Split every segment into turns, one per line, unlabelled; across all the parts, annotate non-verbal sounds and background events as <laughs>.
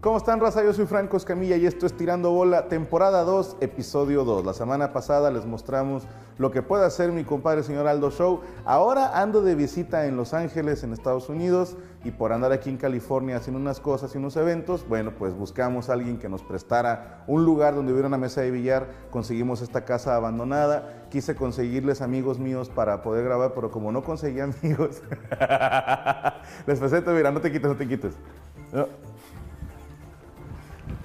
¿Cómo están, raza? Yo soy Franco Escamilla y esto es Tirando Bola, temporada 2, episodio 2. La semana pasada les mostramos lo que puede hacer mi compadre señor Aldo Show. Ahora ando de visita en Los Ángeles, en Estados Unidos, y por andar aquí en California haciendo unas cosas y unos eventos, bueno, pues buscamos a alguien que nos prestara un lugar donde hubiera una mesa de billar. Conseguimos esta casa abandonada. Quise conseguirles amigos míos para poder grabar, pero como no conseguí <laughs> amigos, les presento, mira, no te quites, no te quites. No.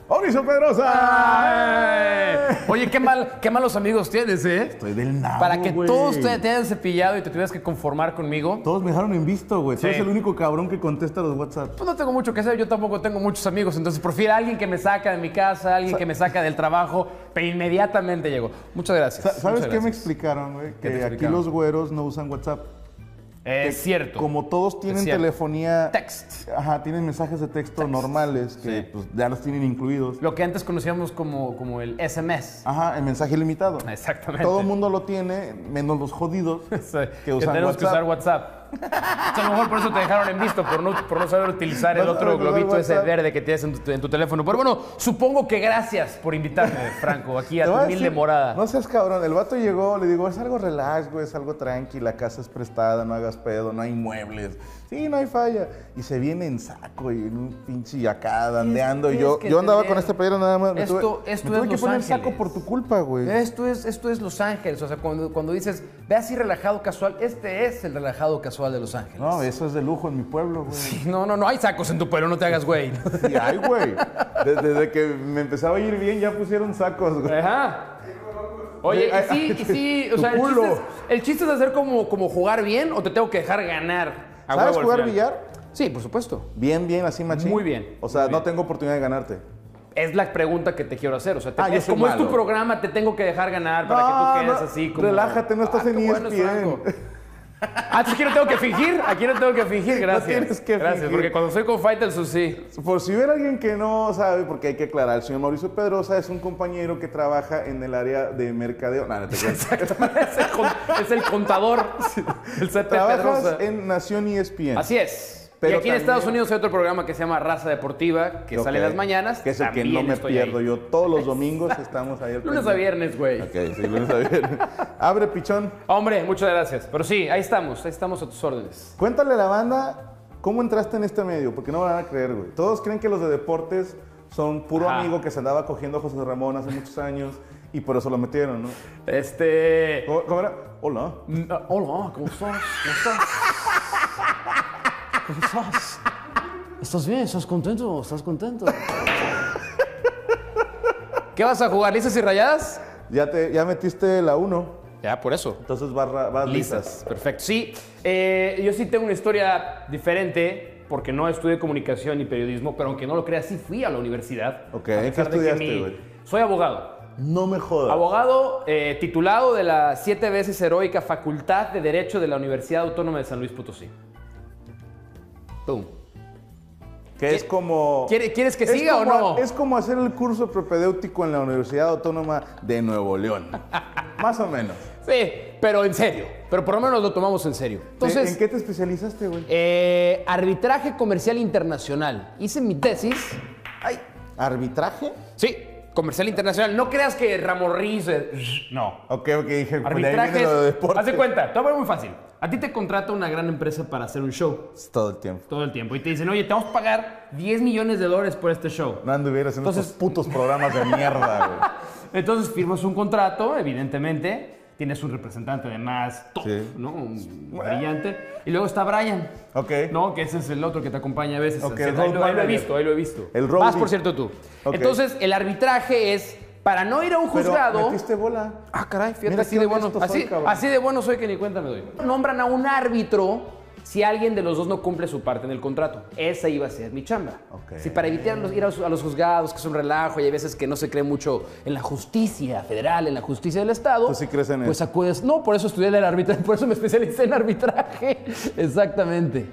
¡Mauricio
Ah.
Pedrosa!
¡Eh! Oye, qué mal, qué malos amigos tienes, ¿eh?
Estoy del nabo,
Para que
güey.
todos te, te hayan cepillado y te tuvieras que conformar conmigo. pues
Todos me dejaron en visto, güey. Tú
Sí.
eres el único cabrón que contesta los WhatsApp.
Pues no tengo mucho que hacer, yo tampoco tengo muchos amigos, entonces prefiero a alguien que me saca de mi casa, a alguien que me saca del trabajo, pero inmediatamente llego. Muchas gracias.
Sa- ¿Sabes
muchas
qué me
gracias.
explicaron, güey?
¿Qué te
Que aquí
explicaron?
los güeros no usan WhatsApp.
Eh,
Que
Es cierto.
Como todos tienen
cierto.
telefonía.
Text.
Ajá, tienen mensajes de texto normales que
Sí.
pues, ya los tienen incluidos.
Lo que antes conocíamos como, como el SMS.
Ajá, el mensaje limitado.
Exactamente.
Todo el mundo lo tiene, menos los
<laughs>
jodidos
Sí,
que usan
tenemos
WhatsApp.
que usar WhatsApp. O sea, a lo mejor por eso te dejaron en visto, por no, por no saber utilizar el
No
otro
sabes usar
globito ese
WhatsApp.
verde que tienes en tu, en tu teléfono. Pero bueno, supongo que gracias por invitarme, Franco, aquí a
Te
tu
voy a
humilde
decir,
morada.
No seas cabrón, el vato llegó, le digo, es algo relax, güey, es algo tranqui, la casa es prestada, no hagas pedo, no hay muebles. Sí, no hay falla. Y se viene en saco y en un pinche acá, dandeando. Y
tienes
yo,
que
yo andaba
entender,
con este playera nada más.
esto-
tuve,
esto
me
es
tuve que
Los
poner saco
Ángeles. Eh.
por tu culpa, güey.
Esto es, esto es Los Ángeles, o sea, cuando, cuando dices, ve así relajado casual, este es el relajado casual de Los Ángeles.
No, eso es de lujo en mi pueblo, güey.
no, no, no hay sacos en tu pueblo, no te hagas güey.
Sí, ay, güey. Desde, desde que me empezaba a ir bien, ya pusieron sacos, güey.
Ajá.
Ay,
Oye, y
ay,
sí, y sí, o
tu
sea, el chiste,
culo.
es, el chiste es hacer como, como jugar bien o te tengo que dejar ganar. a
¿Sabes
huevo al
jugar
final.
billar?
Sí, por supuesto.
Bien, bien, así machín.
Muy bien,
O sea,
muy
no
bien.
tengo oportunidad de ganarte.
Es la pregunta que te quiero hacer. O sea, te-
Ah, yo
es
soy
como es tu
malo.
programa, te tengo que dejar ganar para
No,
que tú quedes
no,
así como. Ah,
relájate, no estás
qué
en E
es
ESPN.
Franco. Ah, entonces aquí no tengo que fingir, aquí no tengo que fingir, gracias.
tienes que
gracias,
fingir.
porque cuando soy con Fighters, pues, sí. <laughs>
Por si hubiera alguien que no sabe, porque hay que aclarar, el señor Mauricio Pedrosa es un compañero que trabaja en el área de mercadeo. No, no
<laughs>
te creas.
es, el, con- es el contador, el CT
Trabajas
Pedrosa.
en Nación E ESPN.
Así es.
Pero
y aquí en
también-
Estados Unidos hay otro programa que se llama Raza Deportiva, que
Ok.
sale en las mañanas.
Que es el que
También
no me
estoy
pierdo
ahí.
yo. Todos
<laughs>
los domingos estamos ahí. al
Lunes a
pendiente.
viernes, güey.
Ok, sí, lunes a viernes. Abre, pichón.
Hombre, muchas gracias. Pero sí, ahí estamos, ahí estamos a tus órdenes.
Cuéntale a la banda cómo entraste en este medio, porque no van a creer, güey. Todos creen que los de deportes son puro
Ajá.
amigo que se andaba cogiendo a José Ramón hace muchos años y por eso lo metieron, ¿no?
Este.
¿Cómo, cómo era? Hola.
Mm, ah, Hola, ¿cómo estás? ¿Cómo estás? ¿Cómo estás? ¿Estás bien? ¿Estás contento? ¿Estás contento? ¿Qué vas a jugar? ¿Lisas y rayadas?
Ya, te, ya metiste la 1,
Ya, por eso.
entonces barra, vas lisas.
Lisas, perfecto. Sí, eh, yo sí tengo una historia diferente porque no estudié comunicación ni periodismo, pero aunque no lo creas, sí fui a la universidad.
Ok, ¿qué
A pesar de que
estudiaste,
mi-
güey?
Soy abogado.
No me
Ah,
jodas.
Abogado eh, titulado de la siete veces heroica Facultad de Derecho de la Universidad Autónoma de San Luis Potosí. Pum.
que es como...
¿Quiere- quieres que
es
siga o
como-
no?
Es como hacer el curso propedéutico en la Universidad Autónoma de Nuevo León.
<laughs>
Más o menos.
Sí, pero en serio. Pero por lo menos lo tomamos en serio. Entonces,
¿En, en qué te especializaste, güey?
eh, arbitraje comercial internacional. Hice mi tesis. Ay,
¿Arbitraje?
Sí, comercial internacional. No creas que Ramón Ruiz, eh, No.
Ok, ok, dije, pues, de ahí viene
Arbitrajes.
lo de deportes.
Haz de cuenta, todo es muy fácil. A ti te contrata una gran empresa para hacer un show
Todo el tiempo.
todo el tiempo y te dicen, oye, te vamos a pagar 10 millones de dólares por este show.
No anduvieras en
Entonces-
esos putos programas de mierda, güey.
Entonces firmas un contrato, evidentemente. Tienes un representante además top,
Sí.
¿no? Un brillante. Y luego está Brian. <laughs>
Ok.
No, que ese es el otro que te acompaña a veces.
Ok,
Así,
el
ahí,
road
lo, ahí lo he
manager.
visto, ahí lo he visto.
El roadie.
Vas, por cierto, tú.
Ok.
Entonces, el arbitraje es para no ir a un
Pero
juzgado.
metiste bola.
Ah, caray, fíjate,
Mira
así
qué
de bueno.
honesto soy,
Así,
cabrón.
así de bueno soy que ni cuenta me doy. Nombran a un árbitro si alguien de los dos no cumple su parte en el contrato. Esa iba a ser mi chamba.
Ok.
Si para evitar los- ir a los, a los juzgados, que es un relajo, y hay veces que no se cree mucho en la justicia federal, en la justicia del Estado.
Tú sí crees en
Pues
eso.
acudes. No, por eso estudié el arbitraje, <laughs> por eso me especialicé en arbitraje. <laughs> Exactamente.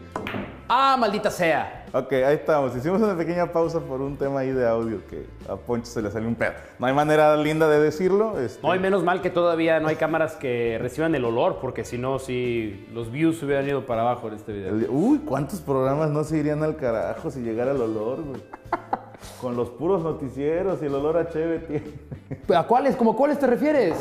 Ah, maldita sea.
Ok, ahí estamos. Hicimos una pequeña pausa por un tema ahí de audio que a Poncho se le salió un pedo. No hay manera linda de decirlo. este,
No, y menos mal que todavía no hay cámaras que reciban el olor, porque si no, sí, los views hubieran ido para abajo en este
<laughs>
video.
el- uy, ¿cuántos programas no se irían al carajo si llegara el olor, güey? Con los puros noticieros y el olor a cheve tiene.
¿A cuáles? ¿Cómo cuáles te refieres?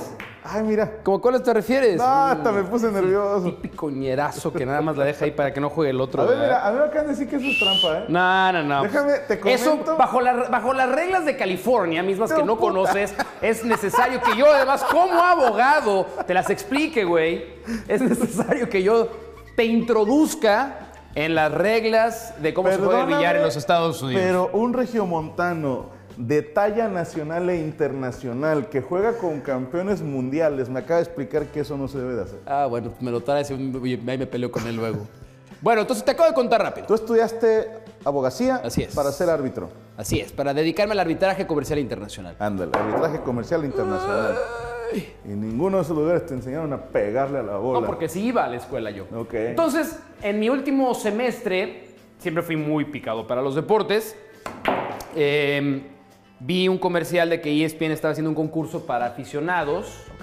Ay, mira.
¿Cómo cuáles te refieres? Mm,
No, hasta me puse nervioso.
Típico ñerazo que nada más la deja ahí para que no juegue el otro.
A ver,
¿verdad?
mira, a mí me acaban de decir que eso es trampa, ¿eh?
No, no, no.
Déjame, te comento.
Eso, bajo, la- bajo las reglas de California, mismas que
Pero
no
puta.
conoces, es necesario que yo, además, como abogado, te las explique, güey. Es necesario que yo te introduzca en las reglas de cómo se
Perdóname,
puede billar en los Estados Unidos.
Pero un regiomontano de talla nacional e internacional que juega con campeones mundiales me acaba de explicar que eso no se debe de hacer.
Ah, bueno, me lo traes y ahí me peleo con él luego. Bueno, entonces te acabo de contar rápido.
Tú estudiaste abogacía
Así es.
para ser árbitro.
Así es, para dedicarme al arbitraje comercial internacional.
Ándale, arbitraje comercial internacional.
Ah.
Y ninguno de esos lugares te enseñaron a pegarle a la bola.
No, porque sí iba a la escuela yo.
Ok.
Entonces, en mi último semestre, siempre fui muy picado para los deportes. Eh, vi un comercial de que E ESPN estaba haciendo un concurso para aficionados,
Ok.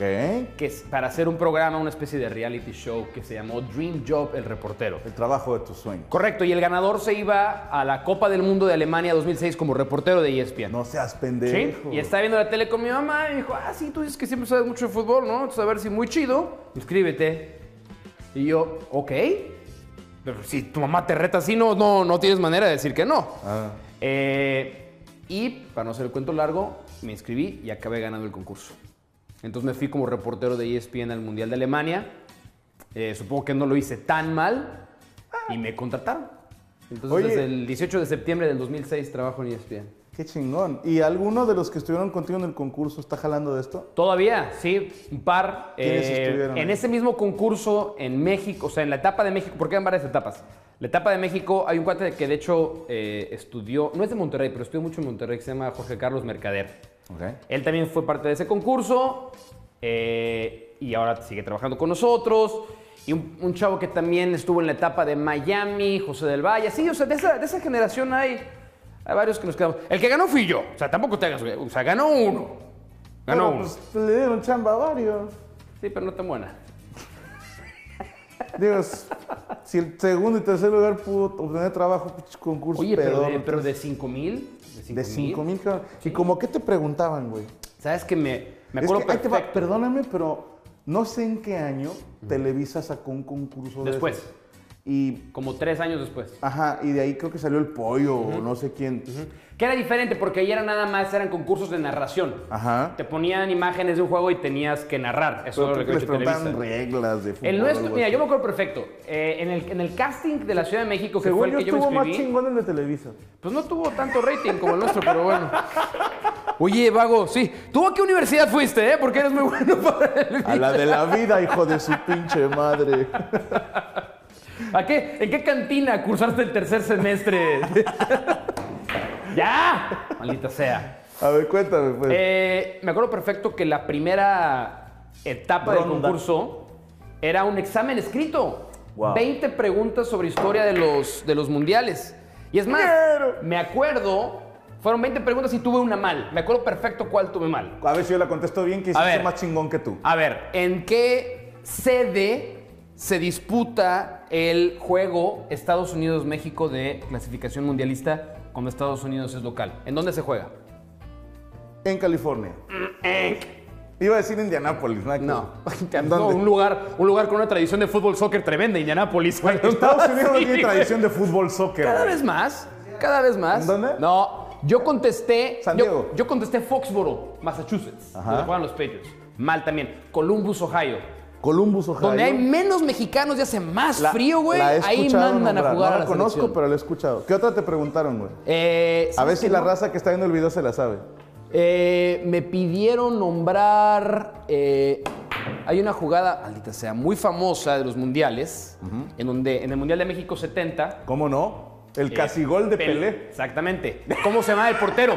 que es para hacer un programa, una especie de reality show que se llamó Dream Job el reportero.
El trabajo de tus sueños.
Correcto, y el ganador se iba a la Copa del Mundo de Alemania 2006 como reportero de E ESPN.
No seas
Sí,
pendejo.
y estaba viendo la tele con mi mamá y me dijo, ah, sí, tú dices que siempre sabes mucho de fútbol, ¿no? Entonces, a ver si muy chido, inscríbete. Y yo, ok. Pero si tu mamá te reta así, no, no, no tienes manera de decir que no.
Ah,
Eh, y, para no hacer el cuento largo, me inscribí y acabé ganando el concurso. Entonces me fui como reportero de E ESPN al Mundial de Alemania. Eh, supongo que no lo hice tan mal y me contrataron. Entonces,
Oye.
desde el 18 de septiembre del 2006 trabajo en E ESPN.
qué chingón. ¿Y alguno de los que estuvieron contigo en el concurso está jalando de esto?
Todavía, sí, un par.
¿Quiénes
Eh,
estuvieron
en
ahí?
ese mismo concurso en México, o sea, en la etapa de México, porque eran varias etapas. La etapa de México, hay un cuate que de hecho eh, estudió, no es de Monterrey, pero estudió mucho en Monterrey, que se llama Jorge Carlos Mercader.
Ok.
Él también fue parte de ese concurso eh, y ahora sigue trabajando con nosotros. Y un, un chavo que también estuvo en la etapa de Miami, José del Valle. Sí, o sea, de esa, de esa generación hay, hay varios que nos quedamos. El que ganó fui yo. O sea, tampoco te hagas, güey. O sea, ganó uno. Ganó
Pero,
uno.
pues, le dieron chamba a varios.
Sí, pero no tan buena.
Digo, s- si el segundo y tercer lugar pudo obtener trabajo, pinche concurso
Oye, pero
pedorro,
de, pero de
entonces,
5 mil.
Pues, de 5 mil, cabrón. ¿Y como qué te preguntaban, güey?
¿Sabes que me, me
Es que
acuerdo
ahí te va,
perfecto?
perdóname, pero no sé en qué año Televisa sacó un concurso de
Después.
esos. Y,
Como tres años después.
ajá, y de ahí creo que salió el pollo o no sé quién.
Que era diferente porque ahí era nada más, eran concursos de narración.
Ajá.
Te ponían imágenes de un juego y tenías que narrar. Eso
Pero creo
era lo
que
que
les
hecho Televisa.
preguntaban reglas de fútbol.
El
o
nuestro,
algo
mira,
así.
yo me acuerdo perfecto. Eh, en, el, en el casting de la Ciudad de México, que
Según
fue el
yo
que yo me
estuvo más
inscribí,
chingón el de Televisa.
pues no tuvo tanto rating como el nuestro, pero bueno. Oye, Vago, sí. ¿Tú a qué universidad fuiste, eh? Porque eres muy bueno <laughs> para el
A la de la vida, hijo de su pinche madre.
¿A qué? ¿En qué cantina cursaste el tercer semestre? <laughs> ¡Ya! Maldita sea.
A ver, cuéntame, pues.
Eh, me acuerdo perfecto que la primera etapa del
Ronda.
concurso era un examen escrito.
Wow.
20 preguntas sobre historia de los, de los mundiales. Y es más,
Dinero.
me acuerdo, fueron 20 preguntas y tuve una mal. Me acuerdo perfecto cuál tuve mal.
A ver si yo la contesto bien, que
A
hiciste
ver.
más chingón que tú.
A ver, ¿en qué sede se disputa el juego Estados Unidos-México de clasificación mundialista cuando Estados Unidos es local? ¿En dónde se juega?
En California. Iba a decir Indianápolis, ¿no?
<laughs> No,
¿En
No,
dónde?
un, lugar, un lugar con una tradición de fútbol soccer tremenda, Indianápolis.
Güey,
<laughs>
Estados Unidos no tiene tradición de fútbol soccer.
Cada
güey.
vez más, cada vez más.
¿En dónde?
No, yo contesté.
San
yo-
Diego.
Yo, contesté Foxboro, Massachusetts,
Ajá.
donde juegan los Patriots. Mal también. Columbus, Ohio.
Columbus, Ohio.
Donde hay menos mexicanos y hace más
La-
frío, güey.
la he
Ahí
escuchado
mandan a
nombrar.
jugar
No
a la
la conozco,
selección.
pero la he escuchado. ¿Qué otra te preguntaron, güey?
Eh,
A
¿sabes
ver si
qué
la
no?
raza que está viendo el video se la sabe.
Eh, me pidieron nombrar. eh, hay una jugada, maldita sea, muy famosa de los mundiales, en donde en el Mundial de México 70.
¿Cómo no? El
eh,
casi gol de Pelé.
Exactamente. ¿Cómo se llama el portero?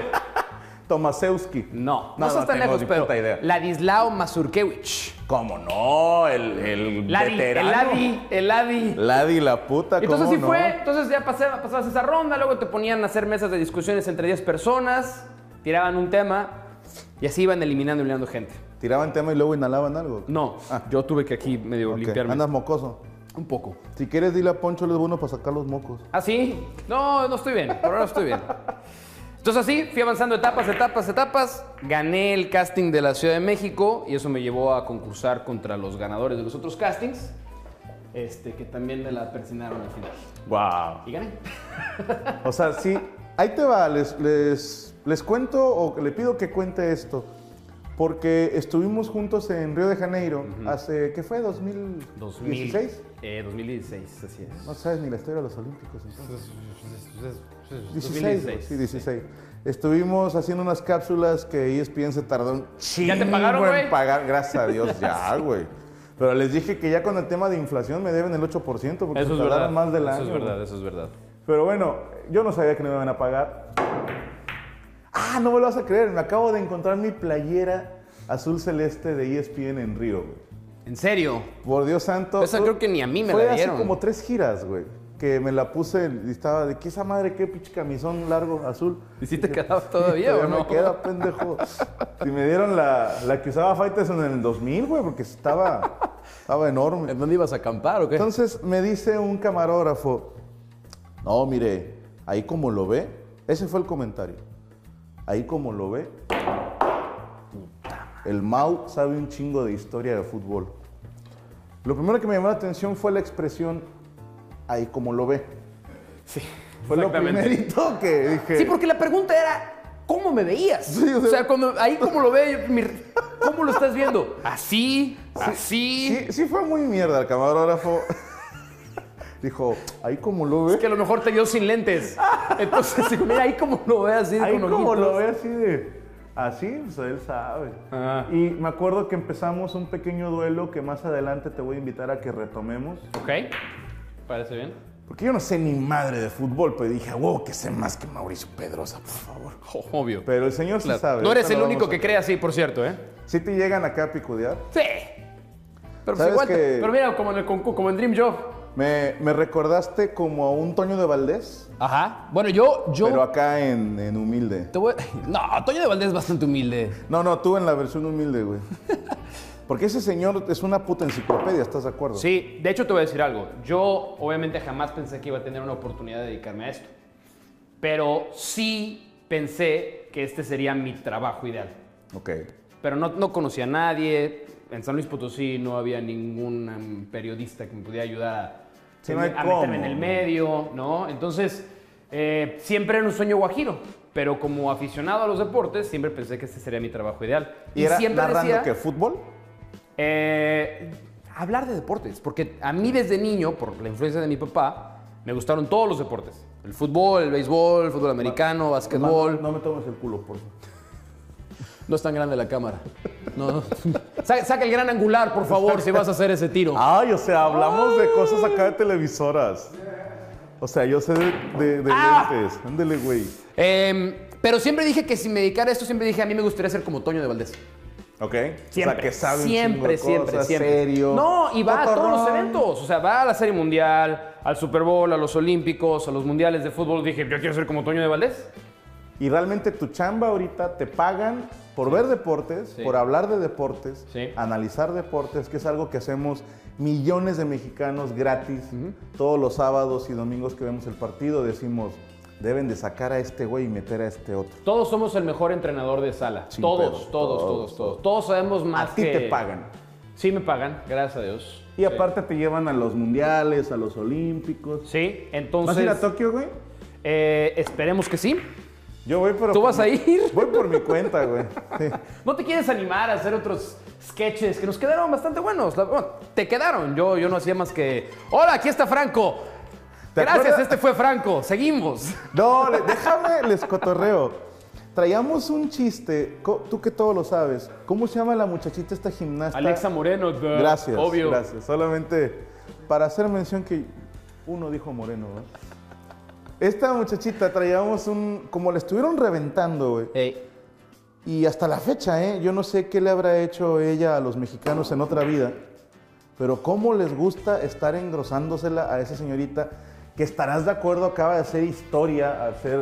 Tomasewski. <laughs>
No, no,
No,
estás
no
tan
tengo
lejos,
ni
pero.
puta idea.
Ladislao Mazurkiewicz.
¿Cómo no? El, el
Ladi, el
veterano.
Ladi, el Ladi.
Ladi la puta, Ah, ¿cómo
Entonces sí
no?
fue, entonces ya pasaba- pasabas esa ronda, luego te ponían a hacer mesas de discusiones entre 10 personas, tiraban un tema y así iban eliminando y eliminando gente.
Tiraban tema y luego inhalaban algo.
No,
Ah.
yo tuve que aquí medio
Ok,
limpiarme.
Andas mocoso.
Un poco.
Si quieres, dile a Poncho, él es bueno para sacar los mocos.
¿Ah, sí? No, no estoy bien. Por ahora estoy bien. Entonces así fui avanzando etapas, etapas, etapas. Gané el casting de la Ciudad de México y eso me llevó a concursar contra los ganadores de los otros castings, este, que también me la persinaron al final.
Wow.
Y gané.
O sea, sí, ahí te va, les, les, les cuento o le pido que cuente esto. Porque estuvimos juntos en Río de Janeiro hace, ¿qué fue? ¿2016?
2000, eh, 2016, así es.
No sabes ni la historia de los Olímpicos entonces. 16,
2016.
güey, sí, 16. Estuvimos haciendo unas cápsulas que E ESPN se tardó un chingo
te pagaron,
en
güey?
pagar. Gracias a
<laughs>
Dios, ya, güey. Pero les dije que ya con el tema de inflación me deben el 8% porque se
Eso es
tardaron
verdad.
más del año.
Eso es
güey.
verdad, eso es verdad.
Pero bueno, yo no sabía que no me iban a pagar. Ah, no me lo vas a creer. Me acabo de encontrar mi playera azul celeste de E ESPN en Río, güey.
¿En serio?
Por Dios santo.
Esa creo que ni a mí me
fue
la
hace
dieron.
como tres giras, güey. Que me la puse y estaba de que esa madre, qué pinche camisón largo, azul.
¿Y si te quedabas
<laughs>
todavía o no?
me queda,
<laughs>
pendejo. Si me dieron la, la que usaba Faitelson en el 2000, güey, porque estaba, estaba enorme.
¿En dónde ibas a acampar o qué?
Entonces me dice un camarógrafo, no, mire, ahí como lo ve, ese fue el comentario, ahí como lo ve, el Mau sabe un chingo de historia de fútbol. Lo primero que me llamó la atención fue la expresión, ahí como lo ve.
Sí.
Fue lo
exactamente.
primerito que dije.
Sí, porque la pregunta era, ¿cómo me veías?
Sí, o
o,
sea-
sea, cuando ahí como lo ve, yo- mi- ¿cómo lo estás viendo? Así, así.
sí, sí fue muy mierda el camarógrafo. <laughs> dijo, ahí como lo ve.
Es que a lo mejor te vio sin lentes. Entonces, sí, mira, ahí como lo ve así,
Ahí
con
como
ojitos.
lo ve así de... Así, o sea, él sabe.
Ah.
Y me acuerdo que empezamos un pequeño duelo que más adelante te voy a invitar a que retomemos.
Ok. Parece bien.
Porque yo no sé ni madre de fútbol, pero dije, wow, que sé más que Mauricio Pedrosa, por favor.
Jo- <laughs> Obvio.
Pero el señor
Claro.
sí sabe.
No eres
ahorita
el
lo
único
vamos
que
a-
cree así, por cierto, ¿eh?
Sí te llegan acá a picudear.
Sí. Pero, pues
¿Sabes
igual te-
que-
pero mira, como en, el, concu- como en Dream Job.
Me, me recordaste como a un Toño de Valdés,
Ajá. Bueno, yo, yo.
pero acá en, en humilde.
te voy- <laughs> No, Toño de Valdés es bastante humilde.
No, no, tú en la versión humilde, <laughs> güey. Porque ese señor es una puta enciclopedia, ¿estás de acuerdo?
Sí, de hecho te voy a decir algo. Yo obviamente jamás pensé que iba a tener una oportunidad de dedicarme a esto. Pero sí pensé que este sería mi trabajo ideal.
Ok.
Pero no, no conocía a nadie. En San Luis Potosí no había ningún um, periodista que me pudiera ayudar a,
Sí, no hay
a meterme en
cómo.
el medio, ¿no? Entonces, eh, siempre era un sueño guajiro. Pero como aficionado a los deportes, siempre pensé que este sería mi trabajo ideal.
¿Y, era
siempre
narrando
decía-
que fútbol?
Eh, hablar de deportes, porque a mí desde niño, por la influencia de mi papá, me gustaron todos los deportes. El fútbol, el béisbol, el fútbol americano,
No,
básquetbol.
no me tomes el culo, por favor.
No es tan grande la cámara. No, <laughs> no. Sa- saca el gran angular, por favor, si vas a hacer ese tiro.
Ay, o sea, hablamos de cosas acá de televisoras. O sea, yo sé de, de, de
Ah.
lentes. Ándele, güey.
Em, pero siempre dije que si me dedicara a esto, siempre dije, a mí me gustaría ser como Toño de Valdés.
Ok.
Siempre,
O sea, que sabe un
siempre,
chingo de
siempre,
cosas,
siempre.
serio.
No, y va a todos los
cotorrón.
eventos.
O sea, va a la Serie Mundial, al Super Bowl, a los Olímpicos, a los Mundiales de Fútbol. Dije, yo quiero ser como Toño de Valdés.
Y realmente tu chamba ahorita te pagan por ver deportes, por hablar de deportes,
Sí.
analizar deportes, que es algo que hacemos millones de mexicanos gratis. Todos los sábados y domingos que vemos el partido decimos, deben de sacar a este güey y meter a este otro.
Todos somos el mejor entrenador de sala.
Sin
todos,
pedos,
todos,
todos,
todos, todos, todos. sabemos más
a ti
que-
te pagan.
Sí, me pagan, gracias a Dios.
Y aparte te llevan a los mundiales, a los olímpicos.
Sí,
¿Vas a
entonces.
ir a Tokio, güey?
eh, esperemos que sí.
Yo voy, pero.
¿Tú
por
vas a
mi-
ir?
Voy por mi cuenta, güey. Sí.
<laughs> ¿No te quieres animar a hacer otros sketches que nos quedaron bastante buenos? La- bueno,
Te quedaron. Yo, yo no hacía más que. ¡Hola! Aquí está Franco.
¿Te
Gracias,
acuerdas?
este fue Franco. Seguimos.
No, le- déjame, les cotorreo. Traíamos un chiste, co- tú que todo lo sabes. ¿Cómo se llama la muchachita esta gimnasta?
Alexa Moreno, duh,
Gracias.
obvio.
Gracias. Solamente para hacer mención que uno dijo Moreno, ¿no? Esta muchachita traíamos un. Como le estuvieron reventando, güey. Y hasta la fecha, ¿eh? yo no sé qué le habrá hecho ella a los mexicanos en otra vida, pero cómo les gusta estar engrosándosela a esa señorita que estarás de acuerdo acaba de hacer historia, hacer...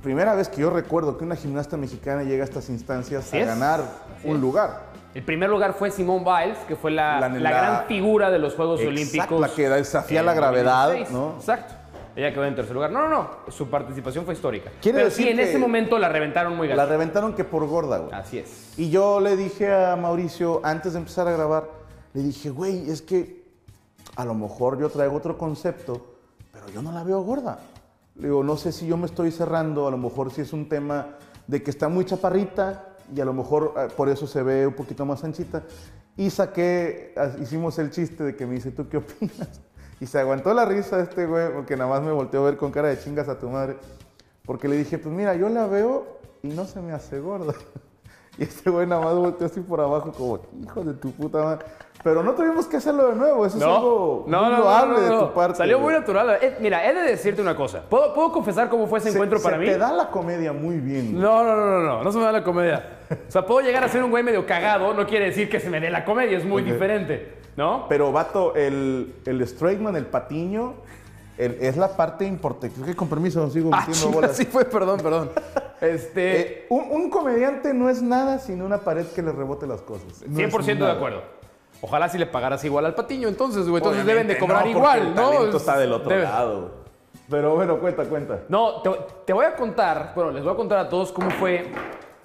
Primera vez que yo recuerdo que una gimnasta mexicana llega a estas instancias
Así
a
es,
ganar
así
un
es.
lugar.
El primer lugar fue Simone Biles, que fue la,
La-
la
la-
gran figura de los Juegos
Exacto,
Olímpicos.
la que desafía
en
la gravedad,
2016.
¿no?
Exacto.
Ella quedó en tercer lugar. No, no, no. Su participación fue histórica.
Quiere
Pero
decir
sí, en
que-
ese momento la reventaron muy
La
gacho.
reventaron que por gorda, güey.
Así es.
Y yo le dije a Mauricio, antes de empezar a grabar, le dije, güey, es que a lo mejor yo traigo otro concepto, pero yo no la veo gorda. Le digo, no sé si yo me estoy cerrando, a lo mejor si es un tema de que está muy chaparrita y a lo mejor eh, por eso se ve un poquito más anchita. Y saqué, ah, hicimos el chiste de que me dice, ¿tú qué opinas? <laughs> Y se aguantó la risa este güey, porque nada más me volteó a ver con cara de chingas a tu madre. Porque le dije, pues mira, yo la veo y no se me hace gorda. <laughs> Y este güey nada más volteó así por abajo como, hijo de tu puta madre. Pero no tuvimos que hacerlo de nuevo, eso es algo muy loable de tu parte.
Salió
güey.
muy natural. Eh, mira, he de decirte una cosa. ¿Puedo, puedo confesar cómo fue ese
Se-
encuentro
se
para mí?
te da la comedia muy bien.
No, no, no, no, no, no se me da la comedia. O sea, puedo llegar a ser un güey medio cagado, no quiere decir que se me dé la comedia, es muy
Ok.
diferente, ¿no?
Pero, vato, el, el straight man, el patiño, el- es la parte importante. Creo que con permiso sigo
Ah,
metiendo
chinga,
bolas.
<laughs> sí fue, perdón,
<laughs>
perdón. Este,
Eh, un, un comediante no es nada sino una pared que le rebote las cosas. No es
100% de
nada.
acuerdo. Ojalá si le pagaras igual al patiño, entonces, güey, entonces deben
Obviamente
de cobrar
no, porque
igual,
el
¿no?
talento está del otro
Debe-
lado. Pero bueno, cuenta, cuenta.
<laughs> No, te, te voy a contar, bueno, les voy a contar a todos cómo fue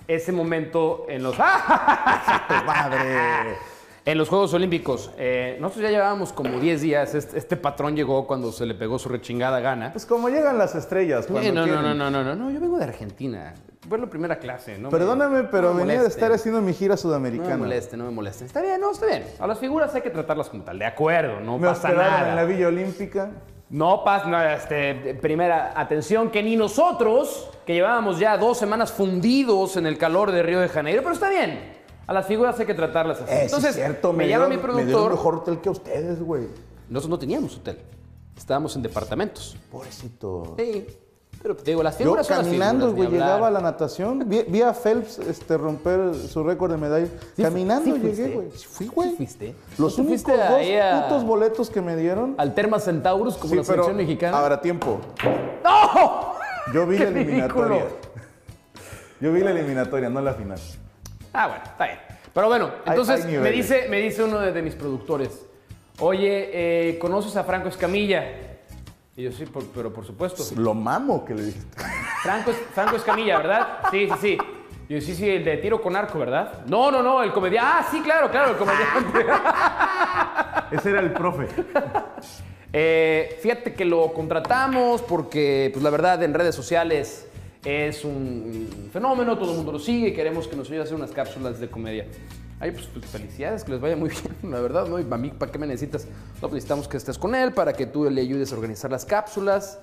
ese momento en los... <laughs> ¡Ah!
¡Madre!
En los Juegos Olímpicos, eh, nosotros ya llevábamos como 10 días. Este, este patrón llegó cuando se le pegó su rechingada gana.
Pues como llegan las estrellas cuando
Eh, no, no,
quieren.
no, no, no, no, no, yo vengo de Argentina. Verlo primera clase, ¿no? me-
Perdóname, pero
no me
venía de
molesten.
estar haciendo mi gira
No me
sudamericana.
molesten, no me molesten. Está bien, no, está bien. A las figuras hay que tratarlas como tal, de acuerdo, no
me
pasa
hospedaron
nada.
en la Villa Olímpica.
No pasa nada. Este, primera atención, que ni nosotros, que llevábamos ya dos semanas fundidos en el calor de Río de Janeiro, pero está bien. A las figuras hay que tratarlas así.
Eh, sí,
Entonces,
cierto,
me, llama mi
dieron-
productor.
Me dieron mejor hotel que a ustedes, güey.
Nosotros no teníamos hotel. Estábamos en departamentos.
Pobrecito.
Sí. Pero te digo, las
Yo
figuras son las
caminando,
figuras,
güey,
ni hablar.
llegaba a la natación. Vi, vi a Phelps este, romper su récord de medalla.
Sí,
caminando
sí fuiste,
llegué, güey.
sí
Fui, güey.
fuiste.
Los
¿Tú
únicos
fuiste
dos
ahí a-
putos boletos que me dieron.
Al Terma Centaurus como la selección mexicana.
Ahora tiempo.
¡No!
Yo vi
<laughs> ¡Qué
la eliminatoria.
ridículo!
Yo vi la eliminatoria, no la final.
Ah, bueno, está bien. Pero bueno, entonces
hay
me,
niveles.
dice, me dice uno de, de mis productores, oye, eh, ¿conoces a Franco Escamilla? Y yo sí, por- pero por supuesto.
Lo mamo que le dijiste.
Franco, es- Franco Escamilla, ¿verdad? Sí, sí, sí. Y yo sí, sí, el de tiro con arco, ¿verdad? No, no, no, el comediante. Ah, sí, claro, claro, el comediante.
Ese era el profe.
Eh, fíjate que lo contratamos porque, pues la verdad, en redes sociales es un fenómeno, todo el mundo lo sigue, queremos que nos ayude a hacer unas cápsulas de comedia. Ay, pues, pues, felicidades, que les vaya muy <laughs> bien, la verdad, ¿no? Y para mí, ¿para qué me necesitas? No, pues, necesitamos que estés con él para que tú le ayudes a organizar las cápsulas.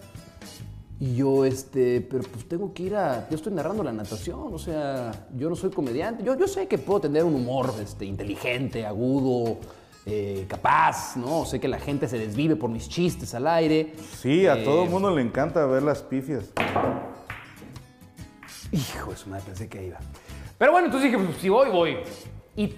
Y yo, este, pero pues tengo que ir a. Yo estoy narrando la natación, o sea, yo no soy comediante. Yo, yo sé que puedo tener un humor este, inteligente, agudo, eh, capaz, ¿no? Sé que la gente se desvive por mis chistes al aire.
Sí, a
Eh,
todo el mundo le encanta ver las pifias.
Hijo de su madre, pensé que iba. Pero bueno, entonces dije, pues si voy, voy. Y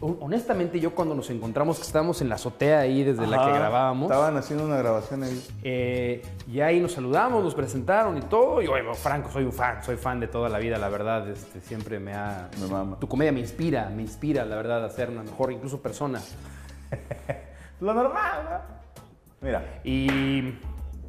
hon- honestamente, yo cuando nos encontramos, que estábamos en la azotea ahí desde la que
Ajá.
grabábamos.
Estaban haciendo una grabación ahí.
Eh, y ahí nos saludamos, nos presentaron y todo. Y bueno, Franco, soy un fan, soy fan de toda la vida, la verdad. Este, siempre me ha.
Me mama.
Tu comedia me inspira, me inspira, la verdad, a ser una mejor, incluso persona.
Lo normal, ¿no? Mira.
Y.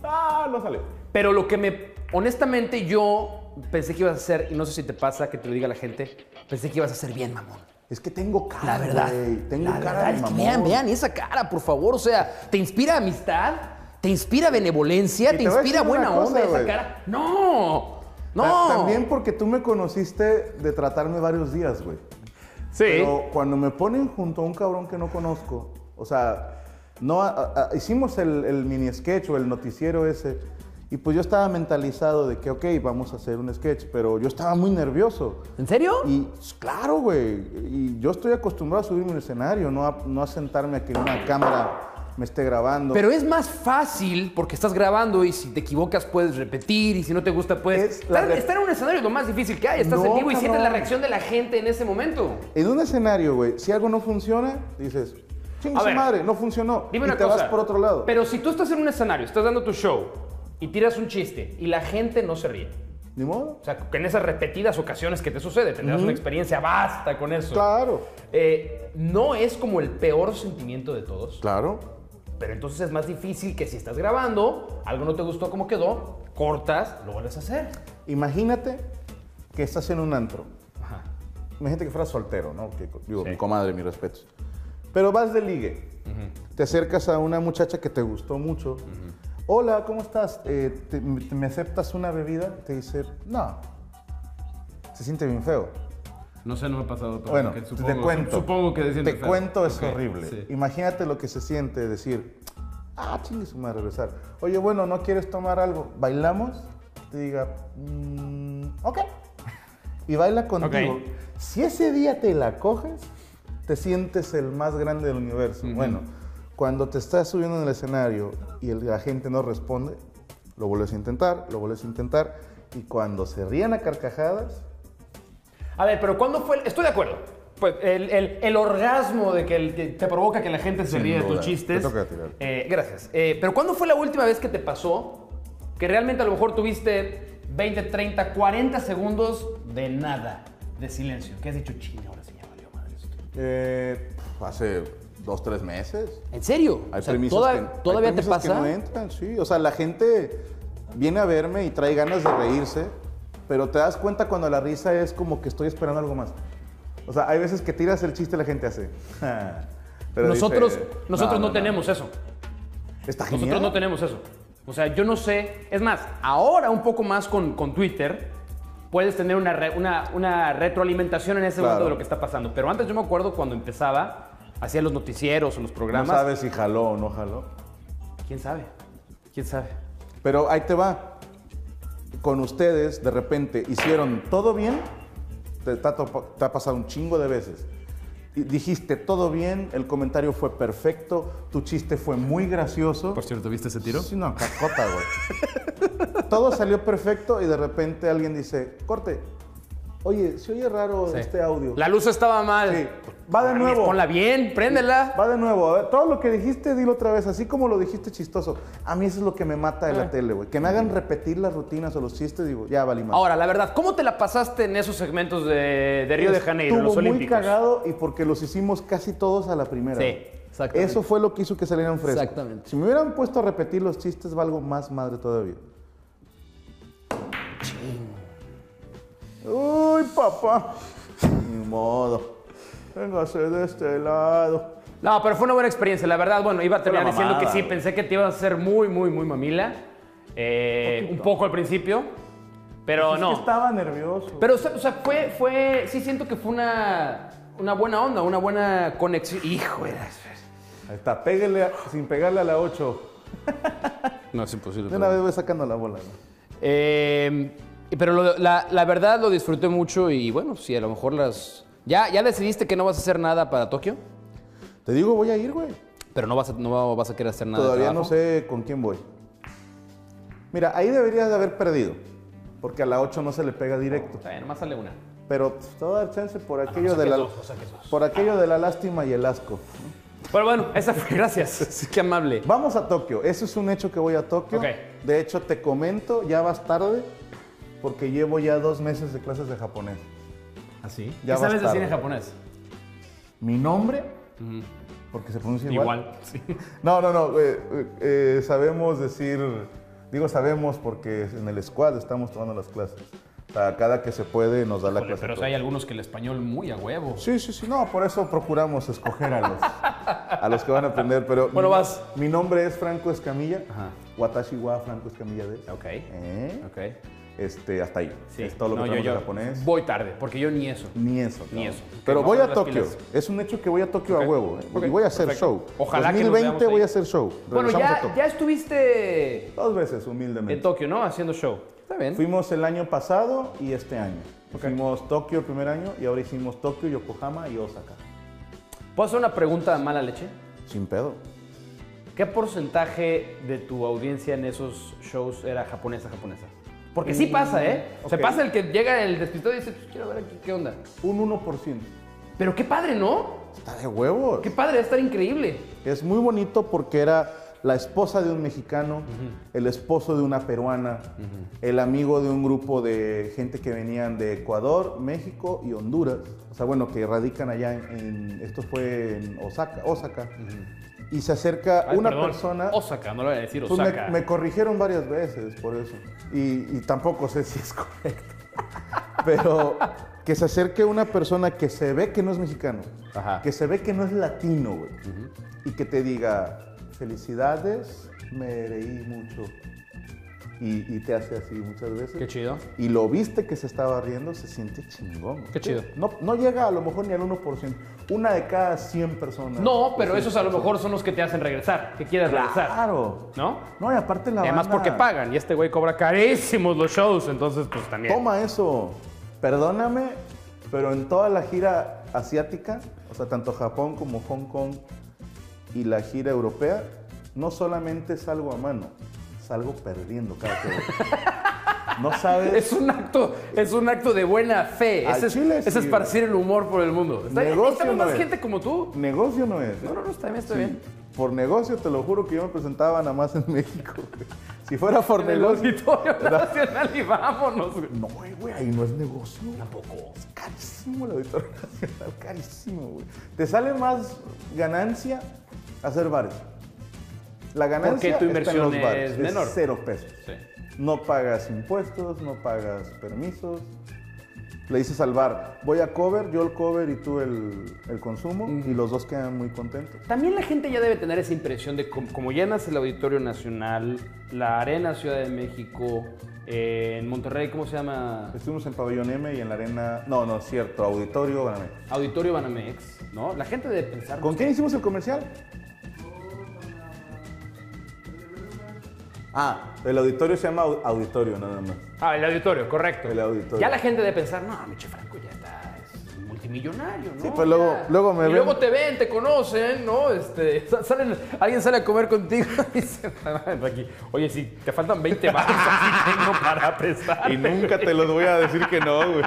Ah, no sale.
Pero lo que me. Honestamente, yo pensé que ibas a hacer, y no sé si te pasa que te lo diga la gente, pensé que ibas a hacer bien, mamón.
Es que tengo cara,
La verdad.
güey. Tengo
la
cara
verdad
de
es que
mamón.
vean, vean esa cara, por favor. O sea, te inspira amistad, te inspira benevolencia,
Y
te,
te voy a
inspira
decir una
buena
cosa,
onda esa
güey.
cara. No, no.
Ta- También porque tú me conociste de tratarme varios días, güey.
Sí.
Pero cuando me ponen junto a un cabrón que no conozco, o sea, no, a- a- a- hicimos el, el mini sketch o el noticiero ese, y pues yo estaba mentalizado de que, ok, vamos a hacer un sketch, pero yo estaba muy nervioso.
¿En serio?
Y pues, claro, güey, y yo estoy acostumbrado a subirme al escenario, no a, no a sentarme a que una cámara me esté grabando.
Pero es más fácil porque estás grabando y si te equivocas puedes repetir y si no te gusta puedes...
Es la
estar,
rep-
estar en un escenario es lo más difícil que hay. Estás
No,
en vivo y sientes la
cabrón.
reacción de la gente en ese momento.
en un escenario, güey, si algo no funciona, dices, chinga
A
su
ver,
madre, no funcionó,
Dime
y
una
te
cosa.
vas por otro lado.
Pero si tú estás en un escenario, estás dando tu show y tiras un chiste y la gente no se ríe.
Ni modo.
O sea, que en esas repetidas ocasiones que te sucede, tendrás una experiencia basta con eso.
Claro.
Eh, ¿No es como el peor sentimiento de todos?
Claro.
Pero entonces es más difícil que si estás grabando, algo no te gustó como quedó, cortas, lo vuelves a hacer.
Imagínate que estás en un antro.
Ajá.
Imagínate que fueras soltero, ¿no? Que- digo,
Sí.
mi comadre, mis respetos. Pero vas de ligue. Te acercas a una muchacha que te gustó mucho. Hola, ¿cómo estás? Eh, te- me- te- ¿Me aceptas una bebida? Te dice, no. Se siente bien feo.
No sé, no me ha pasado. pero
Bueno,
que
te cuento.
Supongo que
Te
decirte feo.
cuento es
Ok,
horrible.
sí.
Imagínate lo que se siente decir, ah, chingue su madre, regresar. Oye, bueno, ¿no quieres tomar algo? ¿Bailamos? Te diga, "Mm, ok. Y baila contigo.
Ok.
Si ese día te la coges, te sientes el más grande del universo. Bueno, cuando te estás subiendo en el escenario y el- la gente no responde, lo vuelves a intentar, lo vuelves a intentar. Y cuando se rían a carcajadas,
A ver, pero ¿cuándo fue? el- Estoy de acuerdo. Pues el, el- el orgasmo de que, el- que te provoca que la gente se
Sin
ríe de tus
duda.
chistes.
Te toca tirar.
Eh, gracias. Eh, pero ¿cuándo fue la última vez que te pasó que realmente a lo mejor tuviste 20, 30, 40 segundos de nada, de silencio? ¿Qué has dicho? China, ahora sí ya valió madre esto".
eh, pf, hace dos, tres meses.
¿En serio?
Hay
O sea,
premisas
toda-
que, hay
¿Todavía te
premisas
pasa?
que no entran, sí. O sea, la gente viene a verme y trae ganas de reírse, pero te das cuenta cuando la risa es como que estoy esperando algo más. O sea, hay veces que tiras el chiste y la gente hace. <laughs> "Ja", pero
nosotros
dice,
nosotros no, tenemos eso.
Está genial.
Nosotros no tenemos eso. O sea, yo no sé. Es más, ahora un poco más con, con Twitter puedes tener una, re- una, una retroalimentación en ese
Claro.
momento de lo que está pasando. Pero antes yo me acuerdo cuando empezaba, hacía los noticieros o los
No
programas.
sabes si jaló o no jaló.
¿Quién sabe? ¿Quién sabe?
Pero ahí te va. Con ustedes, de repente, hicieron todo bien. Te, te ha topa- te ha pasado un chingo de veces. Y dijiste todo bien, el comentario fue perfecto, tu chiste fue muy gracioso.
Por cierto, ¿viste ese tiro?
Sí, no, cacota, güey. <laughs> Todo salió perfecto y de repente alguien dice, corte, oye, se oye raro
Sí.
este audio.
La luz estaba mal.
Sí. Va de
Mames,
nuevo.
Ponla bien, préndela.
Va de nuevo, a ver, todo lo que dijiste, dilo otra vez, así como lo dijiste chistoso. A mí eso es lo que me mata de la
Ah.
tele, güey. Que me hagan repetir las rutinas o los chistes, digo, ya valí más.
Ahora, la verdad, ¿cómo te la pasaste en esos segmentos de, de Río de Janeiro,
Estuvo
los Olímpicos?
muy cagado y porque los hicimos casi todos a la primera.
Sí,
güey.
exactamente.
Eso fue lo que hizo que salieran frescos.
Exactamente.
Si me hubieran puesto a repetir los chistes, valgo más madre todavía. Uy, papá. Ni modo. Véngase de este lado.
No, pero fue una buena experiencia. La verdad, bueno, iba a terminar
Fue una
diciendo que sí.
mamada.
Pensé que te ibas a hacer muy, muy, muy mamila. Eh, un poco al principio. Pero
Pues Es que
no.
estaba nervioso.
Pero, o sea, o sea, fue, fue. Sí, siento que fue una, una buena onda, una buena conexión. Hijo, era.
Ahí está, pégale a- sin pegarle a la 8.
No, es imposible.
De una vez voy sacando la bola. ¿no?
Eh,
Em, Pero lo- la, la verdad lo disfruté mucho y bueno, sí, a lo mejor las. ¿Ya, ya decidiste que no vas a hacer nada para Tokio,
Te digo, voy a ir, güey.
pero no vas a, no vas a querer hacer nada. de
Todavía no
trabajo.
sé con quién voy. Mira, ahí deberías de haber perdido. Porque a la 8 no se le pega directo.
Está bien, nomás sale una.
Pero pues, te voy a dar chance por aquello, de, la, por aquello de la lástima y el asco.
Pero bueno, esa fue. <laughs> Gracias. Qué amable.
Vamos a Tokio. Eso es un hecho que voy a Tokio.
Ok.
De hecho, te comento, ya vas tarde. Porque llevo ya dos meses de clases de japonés.
¿Ah,
¿Así?
Ya
¿Qué
vas
sabes de
tarde.
cine japonés?
Mi nombre, porque se pronuncia
Igual. sí.
No, no, no. eh, eh, eh, sabemos decir, digo sabemos porque en el squad estamos tomando las clases. O sea, cada que se puede nos da la
Híjole,
clase.
pero o
a
sea,
todos.
hay algunos que el español muy a huevo.
Sí, sí, sí. No, por eso procuramos escoger a los, a los que van a aprender. Pero
<laughs> Bueno,
mi,
vas.
mi nombre es Franco Escamilla.
Ajá.
Watashi wa Franco Escamilla de.
Ok.
¿Eh?
Ok.
Este, hasta ahí.
Sí.
Es todo lo que
No, yo-
tenemos de
yo
japonés.
Voy tarde, porque yo ni eso.
Ni eso.
Ni
cabrón.
eso.
Pero
Que
voy
bajar
a
las
Tokio.
pilas.
Es un hecho que voy a Tokio
Ok.
a huevo. ¿eh?
Ok,
Y voy a hacer
perfecto.
show.
Ojalá que nos
2020
veamos
voy
ahí.
a hacer show.
Bueno,
Regresamos a
ya,
Tokio.
ya estuviste
Dos veces, humildemente.
en Tokio, ¿no? Haciendo show. Está bien.
Fuimos el año pasado y este año. Fuimos Tokio el primer año y ahora hicimos Tokio, Yokohama y Osaka.
¿Puedo hacer una pregunta de mala leche?
Sin pedo.
¿Qué porcentaje de tu audiencia en esos shows era japonesa, japonesa? Porque sí pasa, ¿eh? O sea,
Mm, ok.
pasa el que llega el despistado y dice, pues quiero ver aquí qué onda.
Un 1%.
Pero qué padre, ¿no?
Está de huevos.
Qué padre, va a estar increíble.
Es muy bonito porque era la esposa de un mexicano, el esposo de una peruana, el amigo de un grupo de gente que venían de Ecuador, México y Honduras. O sea, bueno, que radican allá en, en- esto fue en Osaka, Osaka. Y se acerca
Ay,
una
perdón,
persona.
Osaka, no lo voy a decir
Pues me-
Osaka.
me, corrigieron varias veces por eso. Y, y tampoco sé si es correcto. <laughs> Pero que se acerque una persona que se ve que no es mexicano,
Ajá.
que se ve que no es latino, güey, y que te diga, felicidades, me reí mucho. Y, y te hace así muchas veces.
Qué chido.
Y lo viste que se estaba riendo, se siente chingón. güey.
Qué chido.
No, no llega a lo mejor ni al 1%. Una de cada 100 personas.
No, pero
Sí.
esos a lo mejor son los que te hacen regresar, que quieres regresar,
Claro.
¿no?
No, y aparte la
Además
banda-
porque pagan y este güey cobra carísimos los shows, entonces pues también.
Toma eso. Perdóname, pero en toda la gira asiática, o sea, tanto Japón como Hong Kong y la gira europea, no solamente salgo a mano, salgo perdiendo cada
<laughs>
vez. No sabes.
Es un acto, es un acto de buena fe.
Al
Ese es,
chile
ese es
sí, güey.
esparcir el humor por el mundo. Está bien,
Negocio
necesitamos
no
más
es.
gente como tú.
Negocio no es. ¿eh?
No, no, no, está bien, está
Sí,
bien.
Por negocio, te lo juro que yo me presentaba nada más en México. güey. Si fuera por
En el
negocio.
auditorio
<laughs>
nacional y vámonos, güey.
No, güey, ahí no es negocio. Tampoco. Es carísimo el auditorio <laughs> nacional, carísimo, güey. Te sale más ganancia hacer bares. La ganancia está
tu
en
inversión
los bares,
es
de
menor.
cero pesos. No pagas impuestos, no pagas permisos. Le dices al bar, voy a cover, yo el cover y tú el, el consumo, y los dos quedan muy contentos.
También la gente ya debe tener esa impresión de com- como llenas el Auditorio Nacional, la Arena Ciudad de México, eh, en Monterrey, ¿cómo se llama?
Estuvimos en Pabellón M y en la arena. No, no, es cierto, auditorio, ganame.
Auditorio Banamex, ¿no? La gente debe pensar.
¿Con quién hicimos el comercial? Ah, el auditorio se llama au- auditorio nada más.
Ah, el auditorio, correcto.
El auditorio.
Ya la gente debe pensar, no, Miche Franco ya está es multimillonario, ¿no?
Sí, pues luego-
Ya".
luego me
y
ven.
luego te ven, te conocen, ¿no? Este, <laughs> sa- salen- alguien sale a comer contigo <laughs> y dice, aquí, oye, si te faltan 20 <laughs> baros, aquí tengo para prestar.
Y nunca te los voy a decir que no, güey.